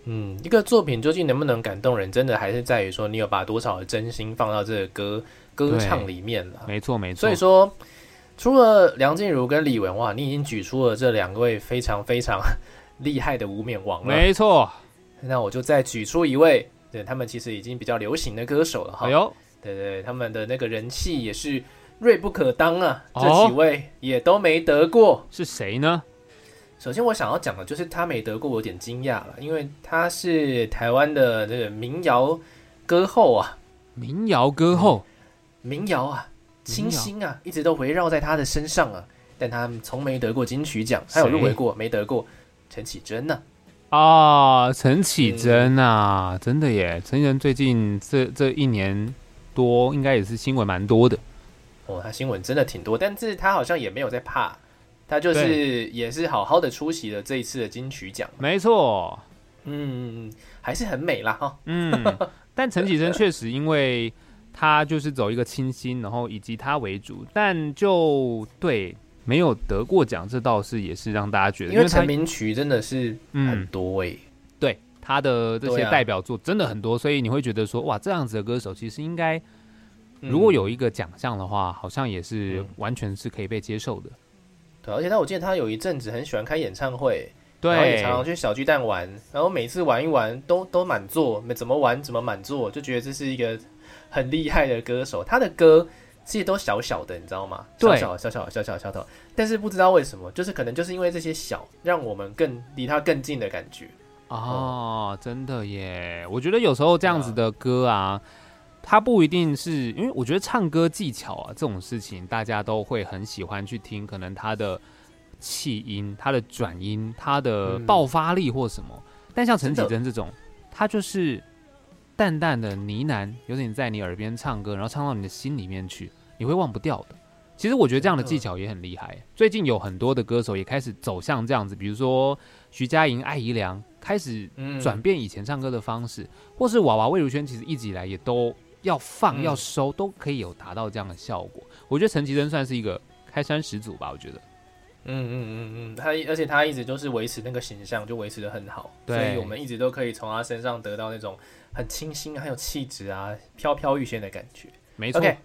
Speaker 1: 嗯，一个作品究竟能不能感动人，真的还是在于说你有把多少的真心放到这个歌歌
Speaker 2: 对
Speaker 1: 唱里面了。
Speaker 2: 没错，没错。
Speaker 1: 啊所以说，除了梁静茹跟李玟哇，你已经举出了这两位非常非常 厉害的无冕王了。
Speaker 2: 没错，
Speaker 1: 那我就再举出一位，对他们其实已经比较流行的歌手了哈。
Speaker 2: 哎呦，
Speaker 1: 对对对，他们的那个人气也是锐不可当啊。
Speaker 2: 哦
Speaker 1: 这几位也都没得过。
Speaker 2: 是谁呢？
Speaker 1: 首先我想要讲的就是他没得过，我有点惊讶了，因为他是台湾的这个民谣歌后啊，
Speaker 2: 民谣歌后，
Speaker 1: 民谣啊，
Speaker 2: 民谣
Speaker 1: 清新啊，一直都围绕在他的身上啊，但他从没得过金曲奖，他有入围过，没得过。陈绮贞呢、
Speaker 2: 啊，陈绮贞啊，真的耶！陈绮贞最近这这一年多，应该也是新闻蛮多的。
Speaker 1: 哦，他新闻真的挺多，但是他好像也没有在怕，他就是也是好好的出席了这一次的金曲奖，
Speaker 2: 没错，
Speaker 1: 嗯，还是很美啦哈、
Speaker 2: 嗯，但陈 绮贞确实因为她就是走一个清新，然后以及她为主，但就对没有得过奖，这倒是也是让大家觉得，
Speaker 1: 因为
Speaker 2: 她
Speaker 1: 成名曲真的是很
Speaker 2: 嗯，
Speaker 1: 多欸诶、
Speaker 2: 对她的这些
Speaker 1: 对啊嗯
Speaker 2: 代表作真的很多，所以你会觉得说，哇，这样子的歌手其实应该嗯如果
Speaker 1: 有、
Speaker 2: 有一个奖项的话，好像也是
Speaker 1: 嗯
Speaker 2: 完全是可以被接受的。
Speaker 1: 对，而且他我记得他有一阵子很喜欢开演唱会，然后也
Speaker 2: 对
Speaker 1: 常，常去小巨蛋玩，然后每次玩一玩都都满座，没怎么玩怎么满座，就觉得这是一个很厉害的歌手。他的歌其实都小小的，你知道吗？
Speaker 2: 对
Speaker 1: 小小小小小小小小，但是不知道为什么，就是可能就是因为这些小，让我们更离他更近的感觉。
Speaker 2: 哦，真的耶！我觉得有时候这样子的歌啊，它不一定是因为我觉得唱歌技巧啊这种事情，大家都会很喜欢去听，可能它的气音、它的转音、它的
Speaker 1: 嗯
Speaker 2: 爆发力或什么。但像陈绮
Speaker 1: 真
Speaker 2: 贞这种，她就是淡淡的呢喃，有点在你耳边唱歌，然后唱到你的心里面去，你会忘不掉的。其实我觉得这样的
Speaker 1: 真的
Speaker 2: 技巧也很厉
Speaker 1: 嗯
Speaker 2: 害。最近有很多的歌手也开始走向这样子，比如说徐佳莹、艾怡良开始
Speaker 1: 嗯，
Speaker 2: 转变以前唱歌的方式，或是娃娃魏如萱，其实一直以来也都要放、
Speaker 1: 嗯
Speaker 2: 要收，都可以有达到这样的效果。我觉得陈绮贞算是一个开山始祖吧，我觉得。
Speaker 1: 嗯嗯嗯嗯，他而且他一直就是维持那个形象，就维持的很好，
Speaker 2: 对
Speaker 1: 所以我们一直都可以从他身上得到那种很清新、很有气质啊、飘飘欲仙的感觉。
Speaker 2: 没错。
Speaker 1: OK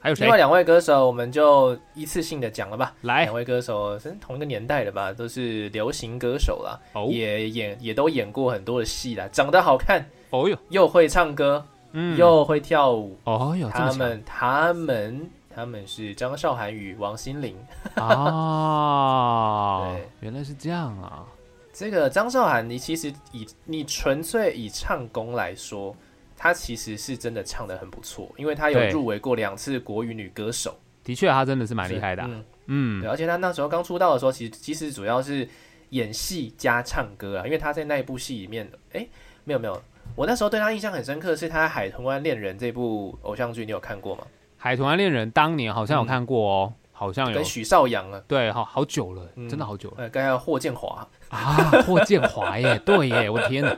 Speaker 2: 还有
Speaker 1: 另
Speaker 2: 谁
Speaker 1: 外两位歌手，我们就一次性的讲了吧。
Speaker 2: 来
Speaker 1: 两？位歌手是同一个年代的吧，都是流行歌手啦，
Speaker 2: 哦
Speaker 1: 也演也都演过很多的戏啦，长得好看，
Speaker 2: 哦哟，
Speaker 1: 又会唱歌，
Speaker 2: 嗯，
Speaker 1: 又会跳舞。
Speaker 2: 哦哟，这
Speaker 1: 他
Speaker 2: 么强
Speaker 1: 们他们他们是张韶涵与王心凌。
Speaker 2: 啊
Speaker 1: 对，
Speaker 2: 原来是这样啊。
Speaker 1: 这个张韶涵，你其实以你纯粹以唱功来说，她其实是真的唱得很不错，因为她有
Speaker 2: 对
Speaker 1: 入围过两次国语女歌手，
Speaker 2: 的确，她真的是蛮厉害的啊、
Speaker 1: 所以嗯，
Speaker 2: 嗯
Speaker 1: 对，而且她那时候刚出道的时候，其实其实主要是演戏加唱歌啊，因为她在那一部戏里面，哎，没有没有，我那时候对她印象很深刻，是她《海豚湾恋人》这部偶像剧，你有看过吗？
Speaker 2: 海豚湾恋人》当年好
Speaker 1: 嗯
Speaker 2: 像有看过哦，好像有
Speaker 1: 跟，许绍洋啊，
Speaker 2: 对，好好久了，
Speaker 1: 嗯
Speaker 2: 真的好久了
Speaker 1: 呃，跟还有霍建华，
Speaker 2: 啊！霍建华 耶，对耶，我的天哪，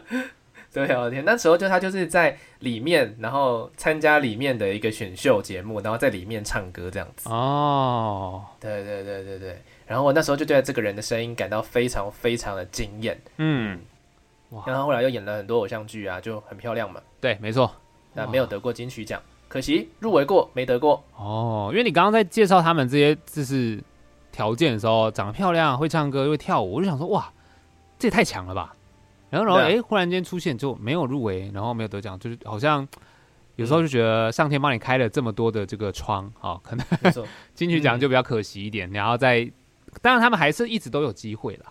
Speaker 1: 对啊，我的天，那时候就他就是在里面，然后参加里面的一个选秀节目，然后在里面唱歌这样子。
Speaker 2: 哦，
Speaker 1: 对对对对对。然后我那时候就对这个人的声音感到非常非常的惊艳。
Speaker 2: 嗯，哇
Speaker 1: 然后后来又演了很多偶像剧啊，就很漂亮嘛。
Speaker 2: 对，没错，
Speaker 1: 那
Speaker 2: 哇
Speaker 1: 没有得过金曲奖，可惜入围过没得过。
Speaker 2: 哦，因为你刚刚在介绍他们这些就是条件的时候，长得漂亮、会唱歌、又会跳舞，我就想说哇，这也太强了吧。然后，然后，哎、
Speaker 1: 对啊
Speaker 2: 忽然间出现就没有入围，然后没有得奖，就是好像有
Speaker 1: 嗯
Speaker 2: 时候就觉得上天帮你开了这么多的这个窗，好、可能
Speaker 1: 没错，
Speaker 2: 金曲
Speaker 1: 嗯
Speaker 2: 奖就比较可惜一点。然后再，当然他们还是一直都有机会啦。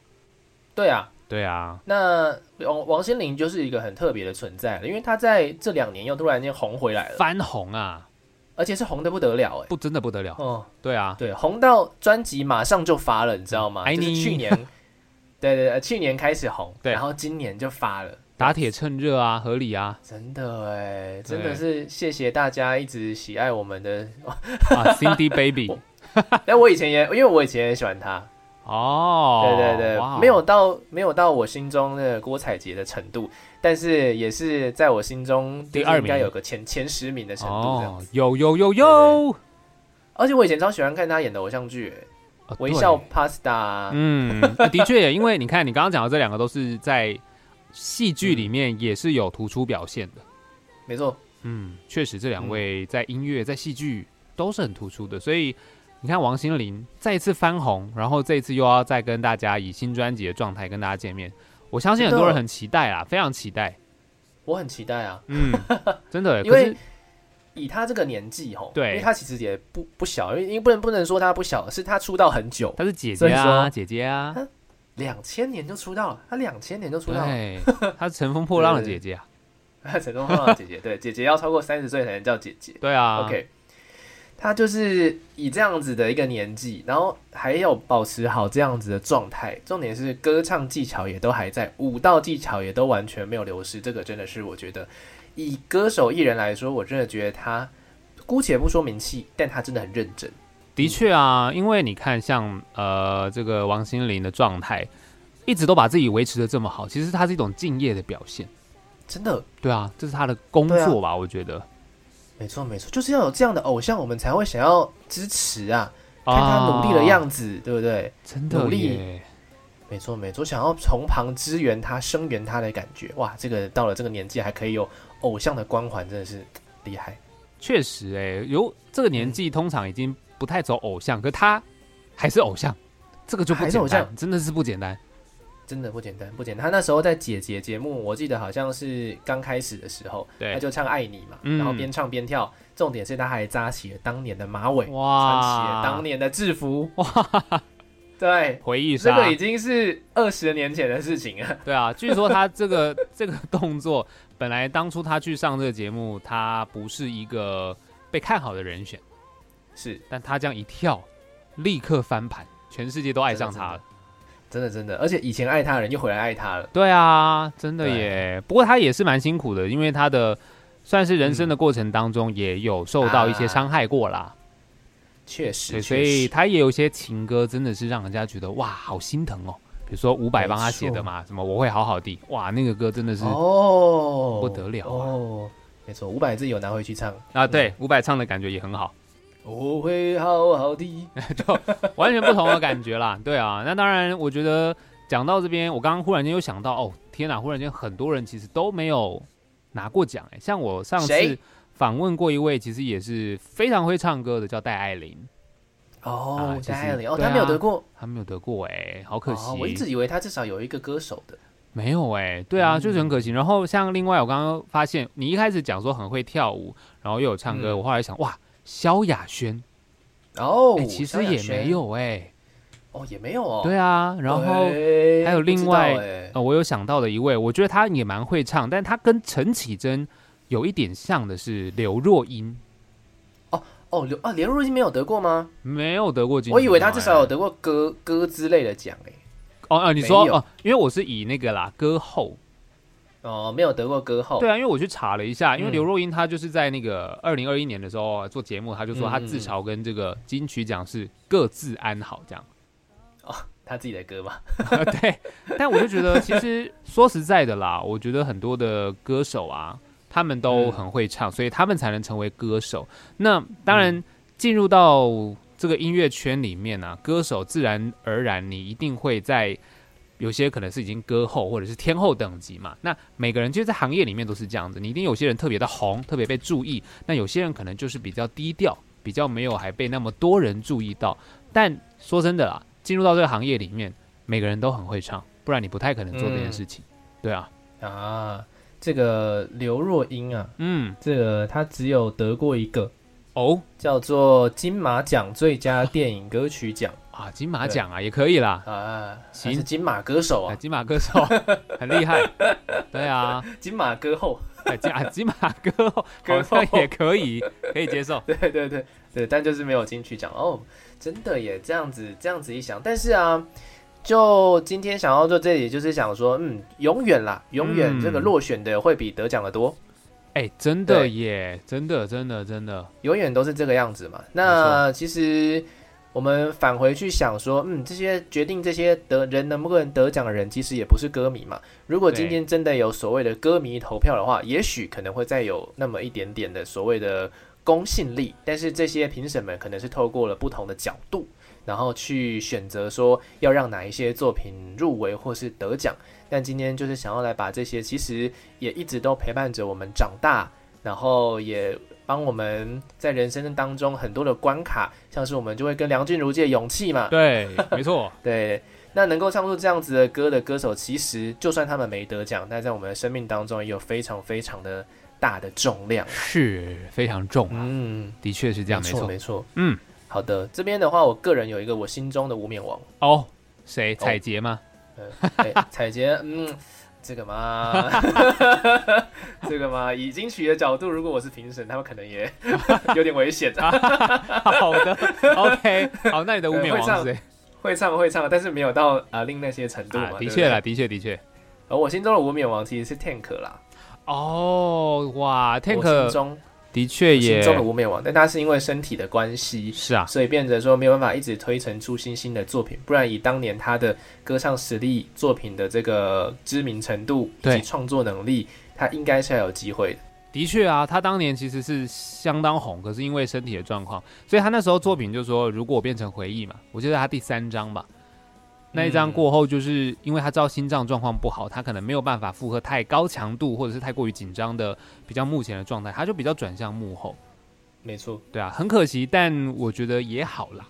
Speaker 1: 对啊，
Speaker 2: 对啊，
Speaker 1: 那王王心凌就是一个很特别的存在了，因为她在这两年又突然间红回来了，
Speaker 2: 翻红啊，
Speaker 1: 而且是红的不得了哎、
Speaker 2: 不真的不得了。
Speaker 1: 哦，
Speaker 2: 对啊，
Speaker 1: 对，红到专辑马上就发了，你知道吗？
Speaker 2: 爱
Speaker 1: 就是
Speaker 2: 你
Speaker 1: 去年，对对对，去年开始红，
Speaker 2: 对
Speaker 1: 然后今年就发了，
Speaker 2: 打铁趁热啊，合理啊
Speaker 1: 真的哎，真
Speaker 2: 对
Speaker 1: 的是谢谢大家一直喜爱我们的。
Speaker 2: 啊，Cindy Baby
Speaker 1: 但我以前也，因为我以前也喜欢他，
Speaker 2: 哦，
Speaker 1: 对对
Speaker 2: 哇
Speaker 1: 对，没有到没有到我心中的郭采洁的程度，但是也是在我心中
Speaker 2: 第
Speaker 1: 就是
Speaker 2: 二
Speaker 1: 应该
Speaker 2: 名
Speaker 1: 有个前前十名的程度这样
Speaker 2: 哦
Speaker 1: 子。，
Speaker 2: 有有有
Speaker 1: 对
Speaker 2: 有，
Speaker 1: 而且我以前超喜欢看他演的偶像剧，哎
Speaker 2: 哦
Speaker 1: 微
Speaker 2: 对
Speaker 1: 笑 Pasta 啊》
Speaker 2: 嗯，的确耶，因为你看你刚刚讲的这两个都是在戏剧
Speaker 1: 嗯
Speaker 2: 里面也是有突出表现的。
Speaker 1: 没错，
Speaker 2: 嗯，确实这两
Speaker 1: 嗯
Speaker 2: 位在音乐、在戏剧都是很突出的，所以你看王心凌再一次翻红，然后这一次又要再跟大家以新专辑的状态跟大家见面，我相信很多人很期待啦，非常期待。
Speaker 1: 我很期待啊。
Speaker 2: 嗯，真的耶，
Speaker 1: 因
Speaker 2: 可
Speaker 1: 为
Speaker 2: 是
Speaker 1: 以他这个年纪吼，
Speaker 2: 对
Speaker 1: 因为他其实也不不小，因为因为不能不能说他不小，是他出道很久，
Speaker 2: 她是姐
Speaker 1: 所
Speaker 2: 姐
Speaker 1: 以
Speaker 2: 啊，
Speaker 1: 说
Speaker 2: 姐姐啊，
Speaker 1: 两千年就出道了，他两千年就出道了。
Speaker 2: 对，哎她是乘风破浪的姐姐啊，
Speaker 1: 陈东浩的姐姐，对，姐姐要超过三十岁才能叫姐姐。
Speaker 2: 对啊
Speaker 1: OK，他就是以这样子的一个年纪，然后还要保持好这样子的状态，重点是歌唱技巧也都还在，舞蹈技巧也都完全没有流失，这个真的是我觉得以歌手艺人来说，我真的觉得他姑且不说名气，但他真的很认真。
Speaker 2: 的确啊，因为你看像呃这个王心凌的状态，一直都把自己维持的这么好，其实它是一种敬业的表现。
Speaker 1: 真的，
Speaker 2: 对啊，这是他的工作
Speaker 1: 啊
Speaker 2: 吧？我觉得
Speaker 1: 没错没错，就是要有这样的偶像，我们才会想要支持啊！看他努力的
Speaker 2: 子，
Speaker 1: 样子，对不对？
Speaker 2: 哦真的
Speaker 1: 努力
Speaker 2: 耶
Speaker 1: 没错没错，想要从旁支援他、声援他的感觉，哇，这个到了这个年纪还可以有偶像的光环，真的是厉害。
Speaker 2: 确实哎、有这个年纪通常已经不太走偶像，可他还是偶像，这个就不
Speaker 1: 还是
Speaker 2: 简
Speaker 1: 偶
Speaker 2: 单，
Speaker 1: 像
Speaker 2: 真的是不简单。
Speaker 1: 真的不简单，不简单。他那时候在姐姐节目，我记得好像是刚开始的时候，
Speaker 2: 对
Speaker 1: 他就唱《爱你》嘛，
Speaker 2: 嗯
Speaker 1: 然后边唱边跳。重点是他还扎起了当年的马尾，穿起了
Speaker 2: 哇，
Speaker 1: 当年的制服，哇， 对，
Speaker 2: 回忆
Speaker 1: 这
Speaker 2: 杀，
Speaker 1: 个已经是二十年前的事情了。
Speaker 2: 对啊，据说他这个 这个动作，本来当初他去上这个节目，他不是一个被看好的人选。
Speaker 1: 是，
Speaker 2: 但他这样一跳，立刻翻盘，全世界都爱上他了。
Speaker 1: 真的真的，而且以前爱他的人又回来爱他了。
Speaker 2: 对啊，真的
Speaker 1: 对
Speaker 2: 耶。不过他也是蛮辛苦的，因为他的算是人生
Speaker 1: 嗯
Speaker 2: 的过程当中也有受到一些伤害过
Speaker 1: 啊
Speaker 2: 啦，
Speaker 1: 确
Speaker 2: 对，
Speaker 1: 实，
Speaker 2: 所
Speaker 1: 确实
Speaker 2: 以他也有一些情歌真的是让人家觉得哇，好心疼哦。比如说伍佰帮他写的嘛，什么我会好好的，哇，那个歌真的是、
Speaker 1: 哦，
Speaker 2: 不得了啊
Speaker 1: 哦，没错，五百字有拿回去唱，
Speaker 2: 啊，对，伍佰唱的感觉也很好，
Speaker 1: 我会好好的。
Speaker 2: 完全不同的感觉啦。 对啊，那当然，我觉得讲到这边，我刚刚忽然间又想到，哦，天哪！忽然间很多人其实都没有拿过奖，哎，像我上次
Speaker 1: 谁
Speaker 2: 访问过一位，其实也是非常会唱歌的，叫戴爱玲，啊
Speaker 1: 哦
Speaker 2: 其，实
Speaker 1: 戴爱玲，哦，
Speaker 2: 对啊
Speaker 1: 他没有得过，
Speaker 2: 她没有得过，哎，好可惜。
Speaker 1: 哦我一直以为他至少有一个歌手的。
Speaker 2: 没有哎、对啊，
Speaker 1: 嗯
Speaker 2: 就是很可惜。然后像另外，我刚刚发现你一开始讲说很会跳舞，然后又有唱歌，
Speaker 1: 嗯
Speaker 2: 我后来想，哇，萧亚轩，
Speaker 1: 哦
Speaker 2: 哎、，其
Speaker 1: 萧
Speaker 2: 实
Speaker 1: 亚
Speaker 2: 也
Speaker 1: 轩
Speaker 2: 没，有哎、
Speaker 1: 哦，也没有哦。
Speaker 2: 对啊，然后。
Speaker 1: 哎，
Speaker 2: 还有另外
Speaker 1: 不知道哎
Speaker 2: 呃，我有想到的一位，我觉得他也蛮会唱，但他跟陈绮贞有一点像的是刘若英，
Speaker 1: 哦，刘啊，连若英没有得过吗？
Speaker 2: 没有得过金曲奖哎。
Speaker 1: 我以为他至少有得过歌歌之类的奖哎诶。
Speaker 2: 哦哦，你说
Speaker 1: 没有
Speaker 2: 哦，因为我是以那个啦歌后，
Speaker 1: 哦，没有得过歌后。
Speaker 2: 对啊，因为我去查了一下，因为
Speaker 1: 嗯
Speaker 2: 刘若英她就是在那个二零二一年的时候做节目，她就
Speaker 1: 嗯
Speaker 2: 说她自嘲跟这个金曲奖是各自安好这样。
Speaker 1: 他自己的歌嘛。
Speaker 2: 对，但我就觉得其实说实在的啦，我觉得很多的歌手啊，他们都
Speaker 1: 嗯
Speaker 2: 很会唱，所以他们才能成为歌手。那当然进入到这个音乐圈里面呢、啊，歌手自然而然你一定会在有些可能是已经歌后或者是天后等级嘛。那每个人其实，在行业里面都是这样子，你一定有些人特别的红，特别被注意，那有些人可能就是比较低调，比较没有还被那么多人注意到。但说真的啦，进入到这个行业里面，每个人都很会唱，不然你不太可能做这
Speaker 1: 嗯
Speaker 2: 件事情。对啊，
Speaker 1: 啊，这个刘若英啊，
Speaker 2: 嗯，
Speaker 1: 这个她只有得过一个
Speaker 2: 哦
Speaker 1: 叫做金马奖最佳电影歌曲奖
Speaker 2: 啊，金马奖啊也可以啦，
Speaker 1: 啊，
Speaker 2: 行
Speaker 1: 她是金马歌手
Speaker 2: 哎
Speaker 1: 啊，
Speaker 2: 金马歌手很厉害，对啊，
Speaker 1: 金马歌后，
Speaker 2: 哎金啊金马歌后好
Speaker 1: 歌后
Speaker 2: 像也可以，可以接受。
Speaker 1: 对对对对，但就是没有金曲奖哦，真的耶，这样子这样子一想，但是啊。就今天想要做这里，就是想说，嗯，永远啦，永远
Speaker 2: 嗯
Speaker 1: 这个落选的会比得奖的多，
Speaker 2: 哎、真的
Speaker 1: 对
Speaker 2: 耶，真的，真的，真的，
Speaker 1: 永远都是这个样子嘛。那其实我们返回去想说，嗯，这些决定这些得人能不能得奖的人，其实也不是歌迷嘛。如果今天真的有所谓的歌迷投票的话，也许可能会再有那么一点点的所谓的公信力，但是这些评审们可能是透过了不同的角度。然后去选择说要让哪一些作品入围或是得奖，但今天就是想要来把这些其实也一直都陪伴着我们长大，然后也帮我们在人生当中很多的关卡，像是我们就会跟梁静茹借勇气嘛，
Speaker 2: 对，没 错，
Speaker 1: 对，那能够唱出这样子的歌的歌手，其实就算他们没得奖，但在我们的生命当中也有非常非常的大的重量。
Speaker 2: 是非常重啊，
Speaker 1: 嗯，
Speaker 2: 的确是这样，没
Speaker 1: 错
Speaker 2: 错。
Speaker 1: 没错。
Speaker 2: 嗯，
Speaker 1: 好的，这边的话，我个人有一个我心中的无冕王，
Speaker 2: 哦，谁？彩杰吗？
Speaker 1: 哎，彩杰，嗯。这个嘛，这个嘛，以金曲的角度，如果我是评审，他们可能 也有点危险啊。
Speaker 2: 好的，OK，好，那你的无冕
Speaker 1: 会
Speaker 2: 王
Speaker 1: 唱
Speaker 2: 是谁？
Speaker 1: 会唱会唱，但是没有到啊、呃另那些程度嘛。
Speaker 2: 啊，
Speaker 1: 对
Speaker 2: 的
Speaker 1: 不
Speaker 2: 确
Speaker 1: 对
Speaker 2: 啦，的确，的确。
Speaker 1: 而我心中的无冕王其实是 Tank 啦
Speaker 2: 哦，哇
Speaker 1: 我心
Speaker 2: ，Tank
Speaker 1: 中
Speaker 2: 的确
Speaker 1: 心
Speaker 2: 也
Speaker 1: 中的无冕王，但他是因为身体的关系，
Speaker 2: 是啊，
Speaker 1: 所以变成说没有办法一直推陈出新新的作品，不然以当年他的歌唱实力、作品的这个知名程度以
Speaker 2: 对
Speaker 1: 及创作能力，他应该是还有机会的。
Speaker 2: 的确啊，他当年其实是相当红，可是因为身体的状况，所以他那时候作品就说“如果我变成回忆”嘛，我记得他第三章吧，那一章过后，就是因为他知道心脏状况不好，他可能没有办法负荷太高强度或者是太过于紧张的比较目前的状态，他就比较转向幕后，
Speaker 1: 没错，
Speaker 2: 对啊，很可惜，但我觉得也好啦，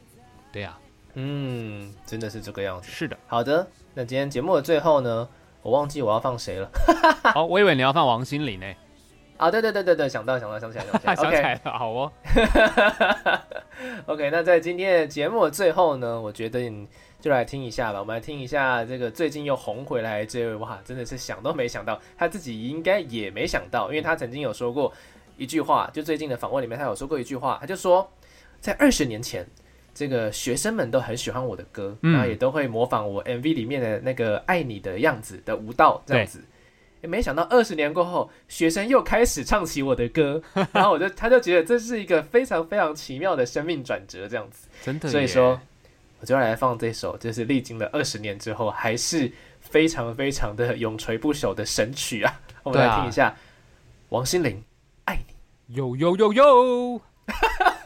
Speaker 2: 对啊，
Speaker 1: 嗯，真的是这个样子。
Speaker 2: 是的，
Speaker 1: 好的，那今天节目的最后呢，我忘记我要放谁了
Speaker 2: 好，我以为你要放王心凌呢、
Speaker 1: 啊？对对对对对，想到想到想起来想起
Speaker 2: 他
Speaker 1: 来
Speaker 2: 想
Speaker 1: ，OK，
Speaker 2: 起来了，好哦，
Speaker 1: OK，那 在今天的节目的最后呢，我觉得你就来听一下吧。我们来听一下这个最近又红回来这位，哇，真的是想都没想到，他自己应该也没想到，因为他曾经有说过一句话，就最近的访问里面他有说过一句话，他就说，在二十年前，这个学生们都很喜欢我的歌，
Speaker 2: 嗯
Speaker 1: 然后也都会模仿我 MV 里面的那个爱你的样子的舞蹈这样子。也没想到二十年过后，学生又开始唱起我的歌，然后我就他就觉得这是一个非常非常奇妙的生命转折这样子，
Speaker 2: 真的耶，
Speaker 1: 所以说我就要来放这首，就是历经了二十年之后还是非常非常的永垂不朽的神曲啊！ 我们
Speaker 2: 对
Speaker 1: 来
Speaker 2: 啊
Speaker 1: 听一下、王心凌、
Speaker 2: 有有有有，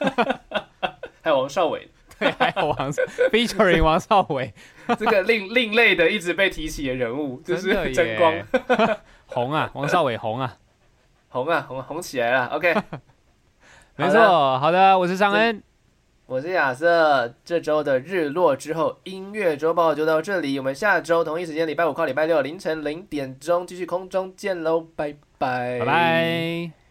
Speaker 1: 还有王少伟
Speaker 2: 对，还有王 featuring 王少伟，
Speaker 1: 这个另另类的一直被提起的人物，就是
Speaker 2: 真的耶
Speaker 1: 争光
Speaker 2: 红啊，王少伟红啊，
Speaker 1: 红啊红红起来了。OK，
Speaker 2: 没错，好的，我是尚恩，
Speaker 1: 我是亚瑟，这周的日落之后音乐周报就到这里，我们下周同一时间礼拜五到礼拜六凌晨零点钟继续空中见喽，拜拜，
Speaker 2: 拜拜。